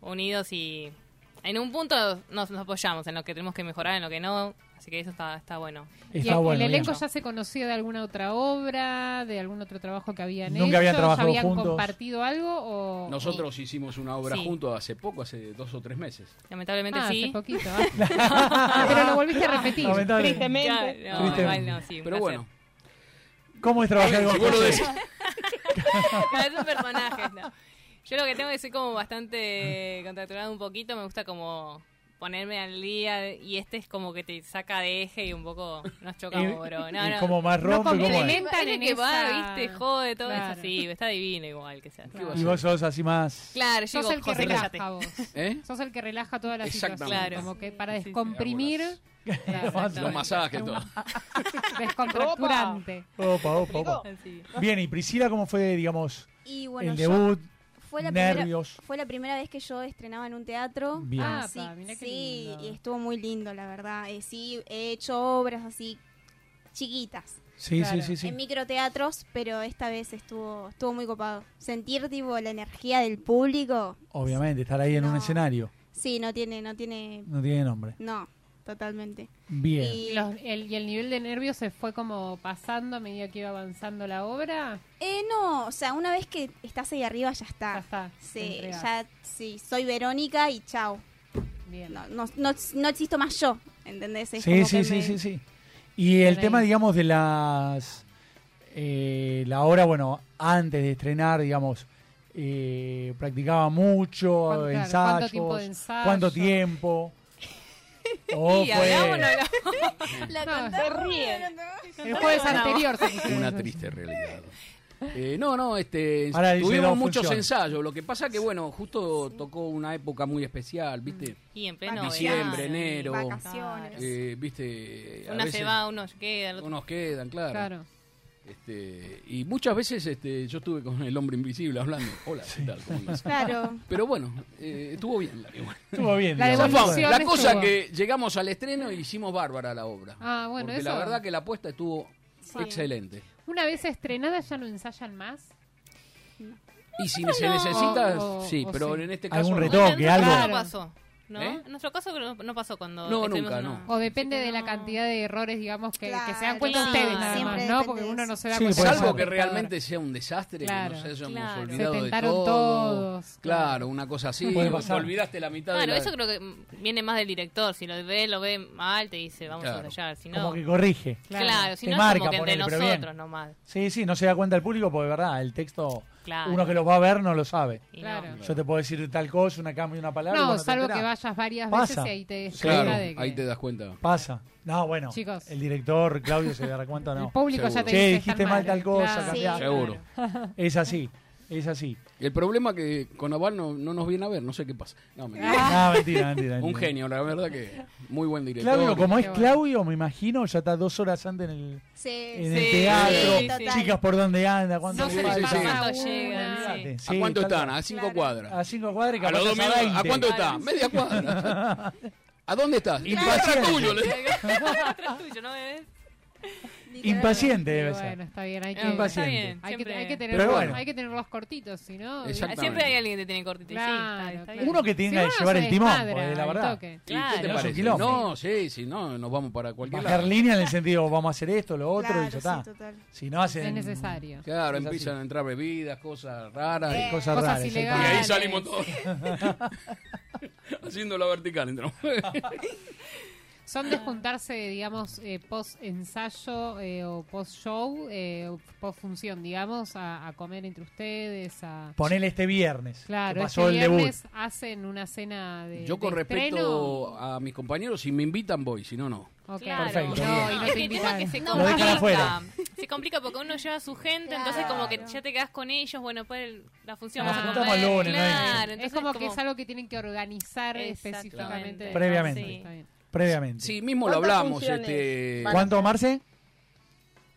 [SPEAKER 10] unidos y en un punto nos, nos apoyamos en lo que tenemos que mejorar, en lo que no. Así que eso está, está bueno.
[SPEAKER 3] Y
[SPEAKER 2] Está
[SPEAKER 3] el, el
[SPEAKER 2] bueno.
[SPEAKER 3] elenco
[SPEAKER 2] bien.
[SPEAKER 3] ya se conocía de alguna otra obra, de algún otro trabajo que habían
[SPEAKER 2] Nunca
[SPEAKER 3] hecho.
[SPEAKER 2] habían
[SPEAKER 3] ¿Ya
[SPEAKER 2] trabajado
[SPEAKER 3] habían
[SPEAKER 2] juntos.
[SPEAKER 3] compartido algo? O...
[SPEAKER 9] Nosotros hicimos una obra
[SPEAKER 10] Sí.
[SPEAKER 9] juntos hace poco, hace dos o tres meses.
[SPEAKER 10] Lamentablemente
[SPEAKER 3] Ah, hace
[SPEAKER 10] sí.
[SPEAKER 3] poquito. ah. Pero lo volviste a repetir.
[SPEAKER 2] Lamentable.
[SPEAKER 10] Ya,
[SPEAKER 4] Tristemente.
[SPEAKER 10] no,
[SPEAKER 2] Triste.
[SPEAKER 10] igual no, sí, un
[SPEAKER 9] Pero
[SPEAKER 10] placer.
[SPEAKER 9] bueno,
[SPEAKER 2] ¿Cómo es trabajar con
[SPEAKER 9] si vos lo
[SPEAKER 2] José?
[SPEAKER 9] decís.
[SPEAKER 10] No, es un personaje. no. Yo lo que tengo es que soy como bastante contracturada un poquito, me gusta como ponerme al día y este es como que te saca de eje y un poco nos chocamos,
[SPEAKER 2] Y-
[SPEAKER 10] bro.
[SPEAKER 2] y como más
[SPEAKER 10] No
[SPEAKER 2] rompe, ¿cómo es?
[SPEAKER 10] complementan
[SPEAKER 3] Tiene
[SPEAKER 10] en
[SPEAKER 3] que
[SPEAKER 10] que va,
[SPEAKER 3] esa-
[SPEAKER 10] viste, jode, todo
[SPEAKER 3] Claro.
[SPEAKER 10] eso sí, está divino igual que sea. así.
[SPEAKER 2] Y vos sos así más.
[SPEAKER 10] Claro, yo
[SPEAKER 3] Sos
[SPEAKER 10] digo,
[SPEAKER 3] el que
[SPEAKER 10] José, cállate.
[SPEAKER 3] relaja vos.
[SPEAKER 9] ¿Eh?
[SPEAKER 3] Sos el que relaja toda la
[SPEAKER 9] Exactamente.
[SPEAKER 3] situación.
[SPEAKER 10] Claro.
[SPEAKER 3] Como que para descomprimir,
[SPEAKER 9] Los masajes, Ah, todo.
[SPEAKER 3] descontracturante.
[SPEAKER 2] Opa, opa, opa.
[SPEAKER 10] Así.
[SPEAKER 2] Bien, y Priscila, ¿cómo fue, digamos,
[SPEAKER 11] Y bueno,
[SPEAKER 2] el
[SPEAKER 11] yo-
[SPEAKER 2] debut?
[SPEAKER 11] fue la
[SPEAKER 2] nervios.
[SPEAKER 11] Primera, fue la primera vez que yo estrenaba en un teatro.
[SPEAKER 2] Bien.
[SPEAKER 3] Ah,
[SPEAKER 11] sí,
[SPEAKER 3] pa, mirá qué
[SPEAKER 11] sí,
[SPEAKER 3] lindo.
[SPEAKER 11] y estuvo muy lindo, la verdad. Eh, sí, he hecho obras así chiquitas,
[SPEAKER 2] Sí,
[SPEAKER 3] claro.
[SPEAKER 2] sí, sí, sí.
[SPEAKER 11] en microteatros, pero esta vez estuvo estuvo muy copado. Sentir tipo la energía del público,
[SPEAKER 2] Obviamente, estar ahí en un
[SPEAKER 11] No.
[SPEAKER 2] escenario.
[SPEAKER 11] sí, no tiene no tiene
[SPEAKER 2] No tiene nombre.
[SPEAKER 11] no, totalmente.
[SPEAKER 2] Bien.
[SPEAKER 11] Y-
[SPEAKER 3] Y, los- el, y el nivel de nervios se fue como pasando a medida que iba avanzando la obra.
[SPEAKER 11] Eh, no, o sea, una vez que estás ahí arriba ya está.
[SPEAKER 3] Ya está, te
[SPEAKER 11] Sí,
[SPEAKER 3] entregás.
[SPEAKER 11] ya sí, soy Verónica y chao.
[SPEAKER 3] Bien.
[SPEAKER 11] No, no, no, no existo más yo, ¿entendés? Es
[SPEAKER 2] Sí,
[SPEAKER 11] como
[SPEAKER 2] sí,
[SPEAKER 11] que
[SPEAKER 2] sí,
[SPEAKER 11] me-
[SPEAKER 2] sí, sí. Y el
[SPEAKER 3] Por ahí.
[SPEAKER 2] tema, digamos, de las... eh, la hora, bueno, antes de estrenar, digamos, eh, practicaba mucho,
[SPEAKER 3] ¿Cuánto, claro,
[SPEAKER 2] ensayos.
[SPEAKER 3] cuánto tiempo de ensayo?
[SPEAKER 2] ¿Cuánto tiempo? Oh,
[SPEAKER 10] Y
[SPEAKER 2] fue-
[SPEAKER 10] hablamos, no hablamos.
[SPEAKER 11] La
[SPEAKER 3] No,
[SPEAKER 11] contás,
[SPEAKER 3] se
[SPEAKER 4] ríen.
[SPEAKER 11] ¿no?
[SPEAKER 3] El jueves
[SPEAKER 10] No.
[SPEAKER 3] anterior se pusieron
[SPEAKER 9] Una
[SPEAKER 3] esos.
[SPEAKER 9] triste realidad. Eh, no, no, este,
[SPEAKER 2] Ahora dice
[SPEAKER 9] tuvimos
[SPEAKER 2] dos
[SPEAKER 9] muchos
[SPEAKER 2] funciones.
[SPEAKER 9] ensayos. Lo que pasa que, bueno, justo tocó una época muy especial, ¿viste?
[SPEAKER 10] Y en pleno
[SPEAKER 9] Diciembre,
[SPEAKER 10] verano.
[SPEAKER 9] enero.
[SPEAKER 11] Vacaciones.
[SPEAKER 9] Eh, ¿Viste? a
[SPEAKER 10] Una se
[SPEAKER 9] veces
[SPEAKER 10] va, uno se queda, el otro
[SPEAKER 9] Unos quedan, claro.
[SPEAKER 3] Claro.
[SPEAKER 9] Este, y muchas veces este, yo estuve con el hombre invisible hablando. Hola, ¿qué tal? ¿Cómo andás?
[SPEAKER 11] Claro.
[SPEAKER 9] Pero bueno, eh, estuvo bien la igual.
[SPEAKER 2] Estuvo bien.
[SPEAKER 3] La
[SPEAKER 2] digamos.
[SPEAKER 3] devolución.
[SPEAKER 9] Zafamos. La cosa
[SPEAKER 3] estuvo.
[SPEAKER 9] que llegamos al estreno y hicimos bárbara la obra.
[SPEAKER 3] Ah, bueno,
[SPEAKER 9] Porque
[SPEAKER 3] eso-
[SPEAKER 9] la verdad que la apuesta estuvo
[SPEAKER 11] Sí.
[SPEAKER 9] excelente.
[SPEAKER 3] Una vez estrenada ya no ensayan más.
[SPEAKER 9] Y si se necesita,
[SPEAKER 3] O- o-
[SPEAKER 9] sí,
[SPEAKER 3] o
[SPEAKER 9] pero
[SPEAKER 3] sí.
[SPEAKER 9] en este
[SPEAKER 2] Algún
[SPEAKER 9] caso... no.
[SPEAKER 2] retoque. Toque,
[SPEAKER 10] en nuestro
[SPEAKER 3] algo.
[SPEAKER 10] caso no pasó, ¿no?
[SPEAKER 9] ¿Eh?
[SPEAKER 10] En nuestro caso no, no pasó cuando...
[SPEAKER 9] No,
[SPEAKER 10] estuvimos
[SPEAKER 9] nunca,
[SPEAKER 10] en
[SPEAKER 9] no.
[SPEAKER 10] una-
[SPEAKER 3] O depende
[SPEAKER 10] Así que
[SPEAKER 3] de la
[SPEAKER 10] no.
[SPEAKER 3] cantidad de errores, digamos, que,
[SPEAKER 11] Claro,
[SPEAKER 3] que se dan cuenta
[SPEAKER 10] claro,
[SPEAKER 3] ustedes nada
[SPEAKER 10] siempre
[SPEAKER 3] más, ¿no?
[SPEAKER 11] depende
[SPEAKER 3] Porque
[SPEAKER 11] de
[SPEAKER 3] uno no se da
[SPEAKER 2] Sí,
[SPEAKER 3] cuenta. de
[SPEAKER 2] puede ser.
[SPEAKER 9] Salvo
[SPEAKER 3] la
[SPEAKER 9] que
[SPEAKER 3] computadora.
[SPEAKER 9] realmente sea un desastre,
[SPEAKER 3] Claro,
[SPEAKER 9] que nos hayamos
[SPEAKER 10] claro.
[SPEAKER 9] olvidado
[SPEAKER 3] Se
[SPEAKER 9] de
[SPEAKER 3] tentaron
[SPEAKER 9] todo.
[SPEAKER 3] todos, claro.
[SPEAKER 9] Claro, una cosa así.
[SPEAKER 2] Puede
[SPEAKER 9] o te
[SPEAKER 2] pasar.
[SPEAKER 9] olvidaste la mitad de
[SPEAKER 10] Claro,
[SPEAKER 9] la-
[SPEAKER 10] eso creo que mm, viene más del director. Si lo ve, lo ve mal, te dice, vamos a
[SPEAKER 9] Claro.
[SPEAKER 10] ensayar. Si no,
[SPEAKER 2] Como que corrige.
[SPEAKER 10] claro,
[SPEAKER 3] Claro,
[SPEAKER 10] si
[SPEAKER 2] te
[SPEAKER 10] no
[SPEAKER 2] marca,
[SPEAKER 10] es como que entre
[SPEAKER 2] ponele, pero bien.
[SPEAKER 10] nosotros nomás.
[SPEAKER 2] Sí, sí, no se da cuenta el público porque, verdad, el texto,
[SPEAKER 10] Claro.
[SPEAKER 2] uno que los va a ver no lo sabe.
[SPEAKER 10] Y
[SPEAKER 3] Claro.
[SPEAKER 10] no.
[SPEAKER 2] Yo te puedo decir tal cosa, una cambio, una palabra. y vos
[SPEAKER 3] No,
[SPEAKER 2] te
[SPEAKER 3] salvo que
[SPEAKER 2] enterás.
[SPEAKER 3] vayas varias
[SPEAKER 2] Pasa.
[SPEAKER 3] veces y ahí te des
[SPEAKER 2] Claro,
[SPEAKER 3] cuenta de que
[SPEAKER 9] ahí te das cuenta.
[SPEAKER 2] Pasa. No, bueno.
[SPEAKER 3] Chicos.
[SPEAKER 2] El director, Claudio, se dará cuenta o
[SPEAKER 3] el
[SPEAKER 2] no.
[SPEAKER 3] público ya
[SPEAKER 9] Seguro.
[SPEAKER 3] te
[SPEAKER 2] Che,
[SPEAKER 3] dice
[SPEAKER 2] dijiste
[SPEAKER 3] están
[SPEAKER 2] mal tal cosa,
[SPEAKER 3] claro.
[SPEAKER 2] cambiá.
[SPEAKER 11] Sí.
[SPEAKER 9] Seguro.
[SPEAKER 2] Es así, es así.
[SPEAKER 9] El problema es que con Aval no, no nos viene a ver, no sé qué pasa. No, me-
[SPEAKER 2] Ah, mentira, mentira,
[SPEAKER 9] Un
[SPEAKER 2] mentira.
[SPEAKER 9] genio, la verdad que muy buen director.
[SPEAKER 2] Claudio, como es
[SPEAKER 3] Qué bueno.
[SPEAKER 2] Claudio, me imagino, ya está dos horas antes en el,
[SPEAKER 11] Sí,
[SPEAKER 2] en
[SPEAKER 11] sí,
[SPEAKER 2] el
[SPEAKER 10] Sí,
[SPEAKER 2] teatro.
[SPEAKER 10] sí,
[SPEAKER 11] total.
[SPEAKER 2] Chicas, ¿por dónde anda? ¿Cuánto
[SPEAKER 3] No se
[SPEAKER 9] Sí,
[SPEAKER 3] le
[SPEAKER 9] sí, sí.
[SPEAKER 3] pasa
[SPEAKER 10] Cuando
[SPEAKER 3] una.
[SPEAKER 10] llegan,
[SPEAKER 2] Fíjate,
[SPEAKER 9] ¿A
[SPEAKER 2] sí,
[SPEAKER 9] cuánto
[SPEAKER 2] tal
[SPEAKER 9] están?
[SPEAKER 2] cual.
[SPEAKER 9] A cinco
[SPEAKER 11] Claro.
[SPEAKER 9] cuadras.
[SPEAKER 2] A cinco cuadras. y
[SPEAKER 9] A los
[SPEAKER 2] capaz
[SPEAKER 9] dos minutos.
[SPEAKER 2] hasta
[SPEAKER 9] ¿A
[SPEAKER 2] 20.
[SPEAKER 9] cuánto está? Media cuadra. ¿A dónde estás?
[SPEAKER 2] Y
[SPEAKER 9] Atrás
[SPEAKER 2] paciente.
[SPEAKER 9] tuyo, le-
[SPEAKER 10] Atrás tuyo, ¿no ves?
[SPEAKER 2] Impaciente debe
[SPEAKER 3] Y
[SPEAKER 2] ser.
[SPEAKER 3] bueno, está bien, hay que,
[SPEAKER 10] No, está
[SPEAKER 2] Impaciente.
[SPEAKER 10] bien.
[SPEAKER 3] hay que,
[SPEAKER 10] siempre-
[SPEAKER 3] hay que
[SPEAKER 2] Pero
[SPEAKER 3] tener,
[SPEAKER 2] bueno.
[SPEAKER 3] hay que tenerlos cortitos, si no...
[SPEAKER 9] Exacto.
[SPEAKER 10] Siempre hay alguien que tiene cortito. y sí,
[SPEAKER 3] Claro,
[SPEAKER 10] está- está
[SPEAKER 3] claro.
[SPEAKER 10] bien.
[SPEAKER 2] Uno que
[SPEAKER 3] Si
[SPEAKER 2] tenga
[SPEAKER 3] uno
[SPEAKER 2] que
[SPEAKER 3] no
[SPEAKER 2] llevar
[SPEAKER 3] se
[SPEAKER 2] el timón,
[SPEAKER 3] desmadra
[SPEAKER 2] porque la
[SPEAKER 3] al
[SPEAKER 2] verdad.
[SPEAKER 3] toque.
[SPEAKER 9] ¿Y qué te
[SPEAKER 10] Claro.
[SPEAKER 9] parece?
[SPEAKER 2] Quilombo.
[SPEAKER 9] No, sí, sí, no, nos vamos para cualquier
[SPEAKER 2] Bajar
[SPEAKER 9] lado.
[SPEAKER 2] línea en el sentido, vamos a hacer esto, lo otro,
[SPEAKER 11] Claro,
[SPEAKER 2] y ya
[SPEAKER 11] sí,
[SPEAKER 2] está.
[SPEAKER 11] total.
[SPEAKER 2] Si no hacen
[SPEAKER 3] Es necesario. Eh,
[SPEAKER 9] Claro,
[SPEAKER 2] Es así.
[SPEAKER 9] empiezan a entrar bebidas, cosas raras. y cosas-
[SPEAKER 2] cosas,
[SPEAKER 3] Cosas
[SPEAKER 2] raras.
[SPEAKER 9] Y ahí
[SPEAKER 3] ilegales.
[SPEAKER 9] salimos todos. Haciendo la vertical, entramos.
[SPEAKER 3] Son de juntarse, digamos, eh, post ensayo eh, o post show, eh, o post función, digamos, a, a comer entre ustedes, a
[SPEAKER 2] Ponele este viernes. que
[SPEAKER 3] claro,
[SPEAKER 2] pasó
[SPEAKER 3] este
[SPEAKER 2] el debut.
[SPEAKER 3] viernes hacen una cena de
[SPEAKER 9] Yo con
[SPEAKER 3] Eh, de estreno.
[SPEAKER 9] respecto a mis compañeros, si me invitan voy, si no, no.
[SPEAKER 3] Ok.
[SPEAKER 10] Claro.
[SPEAKER 3] No, y
[SPEAKER 2] Perfecto.
[SPEAKER 3] no
[SPEAKER 10] es
[SPEAKER 3] te
[SPEAKER 10] que el tema
[SPEAKER 3] invitan.
[SPEAKER 10] es que se
[SPEAKER 11] No,
[SPEAKER 2] lo dejan
[SPEAKER 10] complica.
[SPEAKER 2] afuera.
[SPEAKER 10] Se complica porque uno lleva a su gente, entonces
[SPEAKER 11] Claro.
[SPEAKER 10] como que ya te quedas con ellos, bueno, pues la función
[SPEAKER 3] Nos
[SPEAKER 10] vas a
[SPEAKER 3] juntamos
[SPEAKER 10] comer.
[SPEAKER 2] el lunes, no hay-
[SPEAKER 10] claro,
[SPEAKER 2] Es
[SPEAKER 10] entonces
[SPEAKER 3] es como, que es algo que tienen que organizar específicamente.
[SPEAKER 10] Exactamente.
[SPEAKER 2] Previamente.
[SPEAKER 3] Sí, está bien.
[SPEAKER 2] Previamente.
[SPEAKER 9] Sí, mismo lo
[SPEAKER 4] ¿Cuántas
[SPEAKER 9] hablamos.
[SPEAKER 4] funciones
[SPEAKER 9] Este,
[SPEAKER 4] van a
[SPEAKER 2] ¿Cuánto, Marce?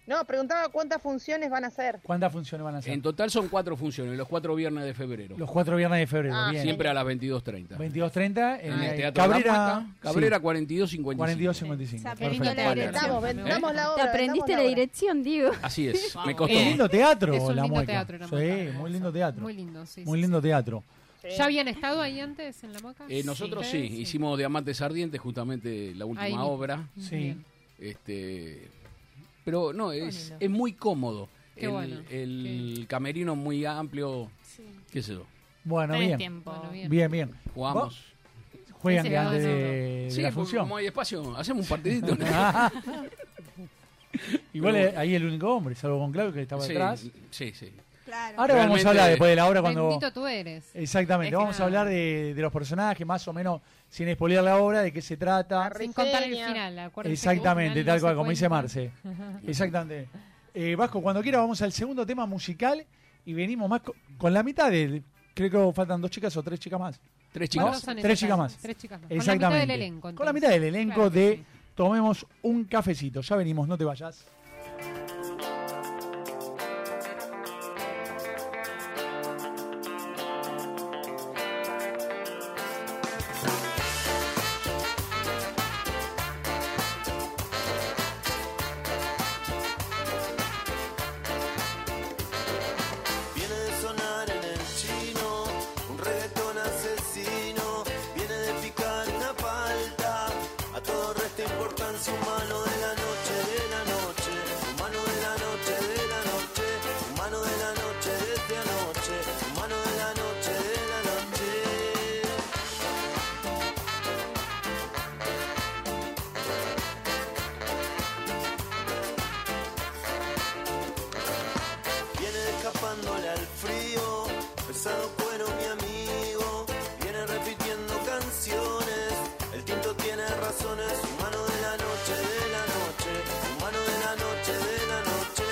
[SPEAKER 4] No, preguntaba cuántas funciones van a hacer.
[SPEAKER 2] ¿Cuántas funciones van a hacer?
[SPEAKER 9] en total son cuatro funciones, los cuatro viernes de febrero.
[SPEAKER 2] Los cuatro viernes de febrero.
[SPEAKER 4] Ah,
[SPEAKER 2] bien.
[SPEAKER 9] Siempre a las 22.30.
[SPEAKER 2] 22.30
[SPEAKER 9] En
[SPEAKER 2] en
[SPEAKER 9] Ah, el
[SPEAKER 2] eh,
[SPEAKER 9] Teatro
[SPEAKER 2] Cabrera.
[SPEAKER 9] La Muerta, Cabrera
[SPEAKER 2] sí,
[SPEAKER 9] 42.55.
[SPEAKER 2] 42.55.
[SPEAKER 11] Está
[SPEAKER 2] Perfecto.
[SPEAKER 11] lindo la dirección.
[SPEAKER 4] Vendamos, vendamos la
[SPEAKER 11] Te
[SPEAKER 4] obra.
[SPEAKER 11] aprendiste
[SPEAKER 4] vendamos
[SPEAKER 11] la
[SPEAKER 4] obra.
[SPEAKER 11] dirección, digo.
[SPEAKER 9] Así es, me costó.
[SPEAKER 2] Qué lindo teatro,
[SPEAKER 3] Es un
[SPEAKER 2] la
[SPEAKER 3] lindo
[SPEAKER 2] mueca.
[SPEAKER 3] teatro, la
[SPEAKER 2] sí,
[SPEAKER 3] mueca, hermoso.
[SPEAKER 2] muy lindo teatro.
[SPEAKER 3] Muy lindo, sí.
[SPEAKER 2] Muy
[SPEAKER 3] sí,
[SPEAKER 2] lindo teatro.
[SPEAKER 3] sí. ¿Ya habían estado ahí antes en la moca?
[SPEAKER 9] Eh, nosotros sí,
[SPEAKER 3] ¿Ustedes?
[SPEAKER 9] hicimos Diamantes Ardientes, justamente la última
[SPEAKER 3] Ahí mismo.
[SPEAKER 9] obra.
[SPEAKER 2] Sí.
[SPEAKER 9] Este, pero no, es,
[SPEAKER 10] lindo.
[SPEAKER 9] es muy cómodo.
[SPEAKER 3] Qué
[SPEAKER 9] el
[SPEAKER 3] bueno.
[SPEAKER 9] el camerino muy amplio, qué sé yo,
[SPEAKER 2] Bueno,
[SPEAKER 10] Tenés
[SPEAKER 2] bien.
[SPEAKER 10] tiempo.
[SPEAKER 3] Bueno, bien.
[SPEAKER 2] Bien, bien.
[SPEAKER 9] jugamos.
[SPEAKER 2] Juegan
[SPEAKER 10] Sí,
[SPEAKER 2] de
[SPEAKER 10] sí,
[SPEAKER 2] antes
[SPEAKER 10] no, no,
[SPEAKER 2] de,
[SPEAKER 10] no.
[SPEAKER 2] de
[SPEAKER 9] Sí,
[SPEAKER 2] la
[SPEAKER 9] porque
[SPEAKER 2] función.
[SPEAKER 9] como hay espacio, hacemos un partidito. ¿no?
[SPEAKER 2] Ah. Igual eh, ahí el único hombre, salvo con Claudio que estaba
[SPEAKER 9] sí,
[SPEAKER 2] detrás.
[SPEAKER 9] sí, sí.
[SPEAKER 2] Ahora vamos
[SPEAKER 9] Realmente-
[SPEAKER 2] a hablar Ah, después de la obra cuando.
[SPEAKER 3] Bendito tú eres.
[SPEAKER 2] Exactamente,
[SPEAKER 3] Es que
[SPEAKER 2] vamos a
[SPEAKER 3] nada.
[SPEAKER 2] hablar de, de los personajes, más o menos sin spoilear la obra, de qué se trata.
[SPEAKER 3] Sin contar el final, acuérdense que un
[SPEAKER 2] Exactamente,
[SPEAKER 3] final
[SPEAKER 2] tal
[SPEAKER 3] no
[SPEAKER 2] cual,
[SPEAKER 3] se
[SPEAKER 2] como dice
[SPEAKER 3] cuenta.
[SPEAKER 2] Marce. Exactamente. Eh, Vasco, cuando quiera vamos al segundo tema musical y venimos más co- con, la mitad de... Creo que faltan dos chicas o tres chicas más.
[SPEAKER 9] Tres
[SPEAKER 3] chicas. ¿Cuántos son en
[SPEAKER 2] Tres
[SPEAKER 3] total?
[SPEAKER 2] chicas más.
[SPEAKER 3] Tres chicas más. Con la mitad del
[SPEAKER 2] Exactamente.
[SPEAKER 3] elenco,
[SPEAKER 2] Con la
[SPEAKER 3] entonces.
[SPEAKER 2] mitad del elenco
[SPEAKER 3] Claro que
[SPEAKER 2] de Tomemos un cafecito. Ya venimos, no te vayas.
[SPEAKER 12] Viene de sonar en el chino, un reggaetón asesino. Viene de picar una palta. A todo resta importancia, humano de la noche, de la noche. Humano de la noche, de la noche. Humano de la noche, desde anoche. Humano de la noche, de la noche. Viene escapándole al frío, pesado cuero mi amigo. Viene repitiendo canciones, el tinto tiene razones. Humano de la noche, de la noche, humano de la noche, de la noche,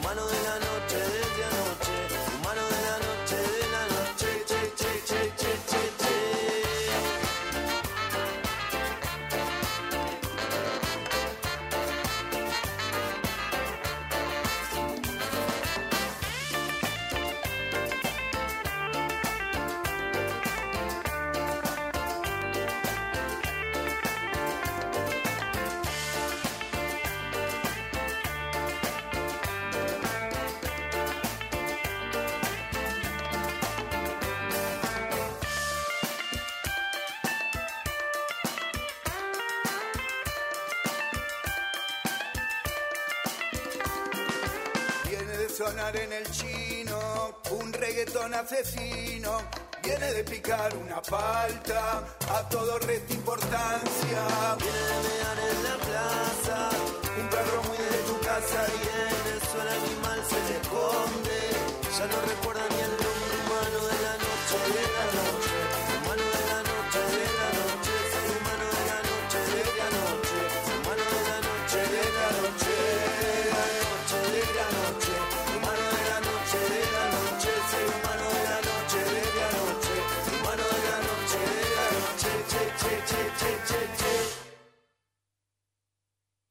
[SPEAKER 12] humano de la noche, desde anoche, humano de la noche, de la noche, che, che, che, che, che, che.
[SPEAKER 13] Viene de sonar en el chino, un reggaetón asesino. Viene de picar una palta, a todo resta importancia. Viene de mear en la plaza, un perro muy de tu casa.
[SPEAKER 12] Viene, suena animal, se le esconde. Ya no recuerda ni el nombre humano de la noche, de la noche. Humano de la noche, de la noche. Ser humano de la noche, de la noche. Humano de la noche, de la noche. De la noche, de la noche. Humano de la noche, de la noche. Ser humano de la noche, de la noche. Humano de la noche, de la noche. Che, che, che, che,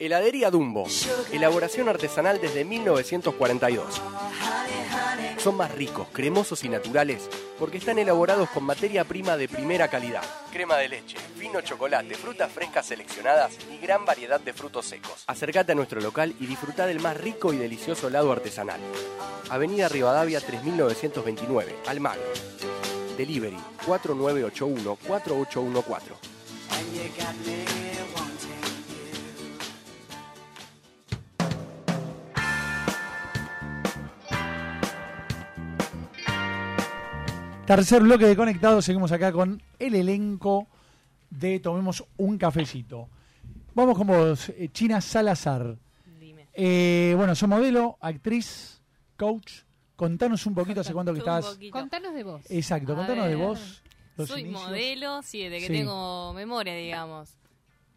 [SPEAKER 8] Heladería Dumbo. Elaboración artesanal desde 1942. Son más ricos, cremosos y naturales porque están elaborados con materia prima de primera calidad. Crema de leche, fino chocolate, frutas frescas seleccionadas y gran variedad de frutos secos. Acércate a nuestro local y disfruta del más rico y delicioso helado artesanal. Avenida Rivadavia 3929, Almagro. Delivery 4981 4814.
[SPEAKER 2] Tercer bloque de Conectados, seguimos acá con el elenco de Tomemos un cafecito. Vamos con vos, eh, China Salazar. Eh, bueno, sos modelo, actriz, coach. Contanos un poquito hace cuánto que
[SPEAKER 10] Un
[SPEAKER 2] estás.
[SPEAKER 10] poquito.
[SPEAKER 3] Contanos de vos.
[SPEAKER 2] Exacto,
[SPEAKER 10] A
[SPEAKER 2] contanos de
[SPEAKER 10] ver.
[SPEAKER 2] vos. los
[SPEAKER 10] Soy
[SPEAKER 2] inicios.
[SPEAKER 10] modelo, sí, desde que
[SPEAKER 2] Sí.
[SPEAKER 10] tengo memoria, digamos.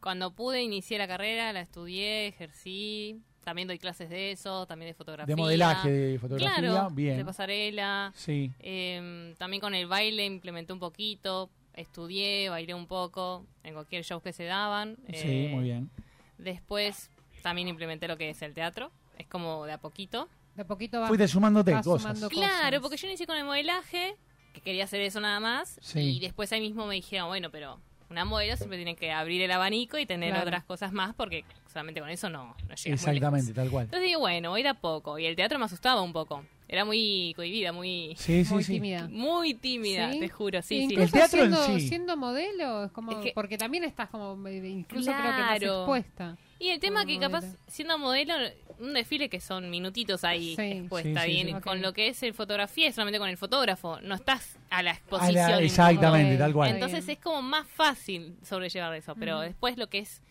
[SPEAKER 10] Cuando pude inicié la carrera, la estudié, ejercí. También doy clases de eso, también de fotografía.
[SPEAKER 2] De modelaje, de fotografía,
[SPEAKER 10] Claro,
[SPEAKER 2] bien.
[SPEAKER 10] De pasarela.
[SPEAKER 2] Sí.
[SPEAKER 10] Eh, también con el baile implementé un poquito. Estudié, bailé un poco en cualquier show que se daban.
[SPEAKER 2] Sí,
[SPEAKER 10] Eh,
[SPEAKER 2] muy bien.
[SPEAKER 10] Después también implementé lo que es el teatro. Es como de a poquito.
[SPEAKER 3] De a poquito va.
[SPEAKER 2] Fuiste sumándote vas cosas. sumando
[SPEAKER 10] Claro, porque yo inicié con el modelaje, que quería hacer eso nada más.
[SPEAKER 2] Sí.
[SPEAKER 10] Y después ahí mismo me dijeron, bueno, pero Una modelo siempre tiene que abrir el abanico y tener
[SPEAKER 2] Claro.
[SPEAKER 10] otras cosas más porque solamente con eso no, no llega.
[SPEAKER 2] Exactamente, tal cual.
[SPEAKER 10] Entonces dije, bueno, voy a ir a poco. Y el teatro me asustaba un poco. Era muy cohibida, muy,
[SPEAKER 2] Sí, sí, Muy sí. tímida.
[SPEAKER 10] Muy tímida,
[SPEAKER 3] Sí.
[SPEAKER 10] te juro, sí, sí.
[SPEAKER 3] Incluso
[SPEAKER 2] El teatro en
[SPEAKER 3] siendo,
[SPEAKER 2] sí.
[SPEAKER 3] siendo modelo, es como,
[SPEAKER 10] Es que-
[SPEAKER 3] porque también estás como eh, incluso creo que más
[SPEAKER 10] Claro.
[SPEAKER 3] expuesta.
[SPEAKER 10] Y el tema
[SPEAKER 3] Como
[SPEAKER 10] que capaz,
[SPEAKER 3] modelo.
[SPEAKER 10] siendo modelo, un desfile que son minutitos ahí
[SPEAKER 3] Sí.
[SPEAKER 10] expuesta
[SPEAKER 3] Sí, sí,
[SPEAKER 10] bien.
[SPEAKER 3] sí.
[SPEAKER 10] Con lo que es el fotografía, es solamente con el fotógrafo. No estás a la
[SPEAKER 2] A
[SPEAKER 10] exposición.
[SPEAKER 2] la-
[SPEAKER 10] incómoda.
[SPEAKER 2] exactamente, tal cual.
[SPEAKER 10] Entonces es como más fácil sobrellevar eso. Pero
[SPEAKER 3] Ujú.
[SPEAKER 10] después lo que es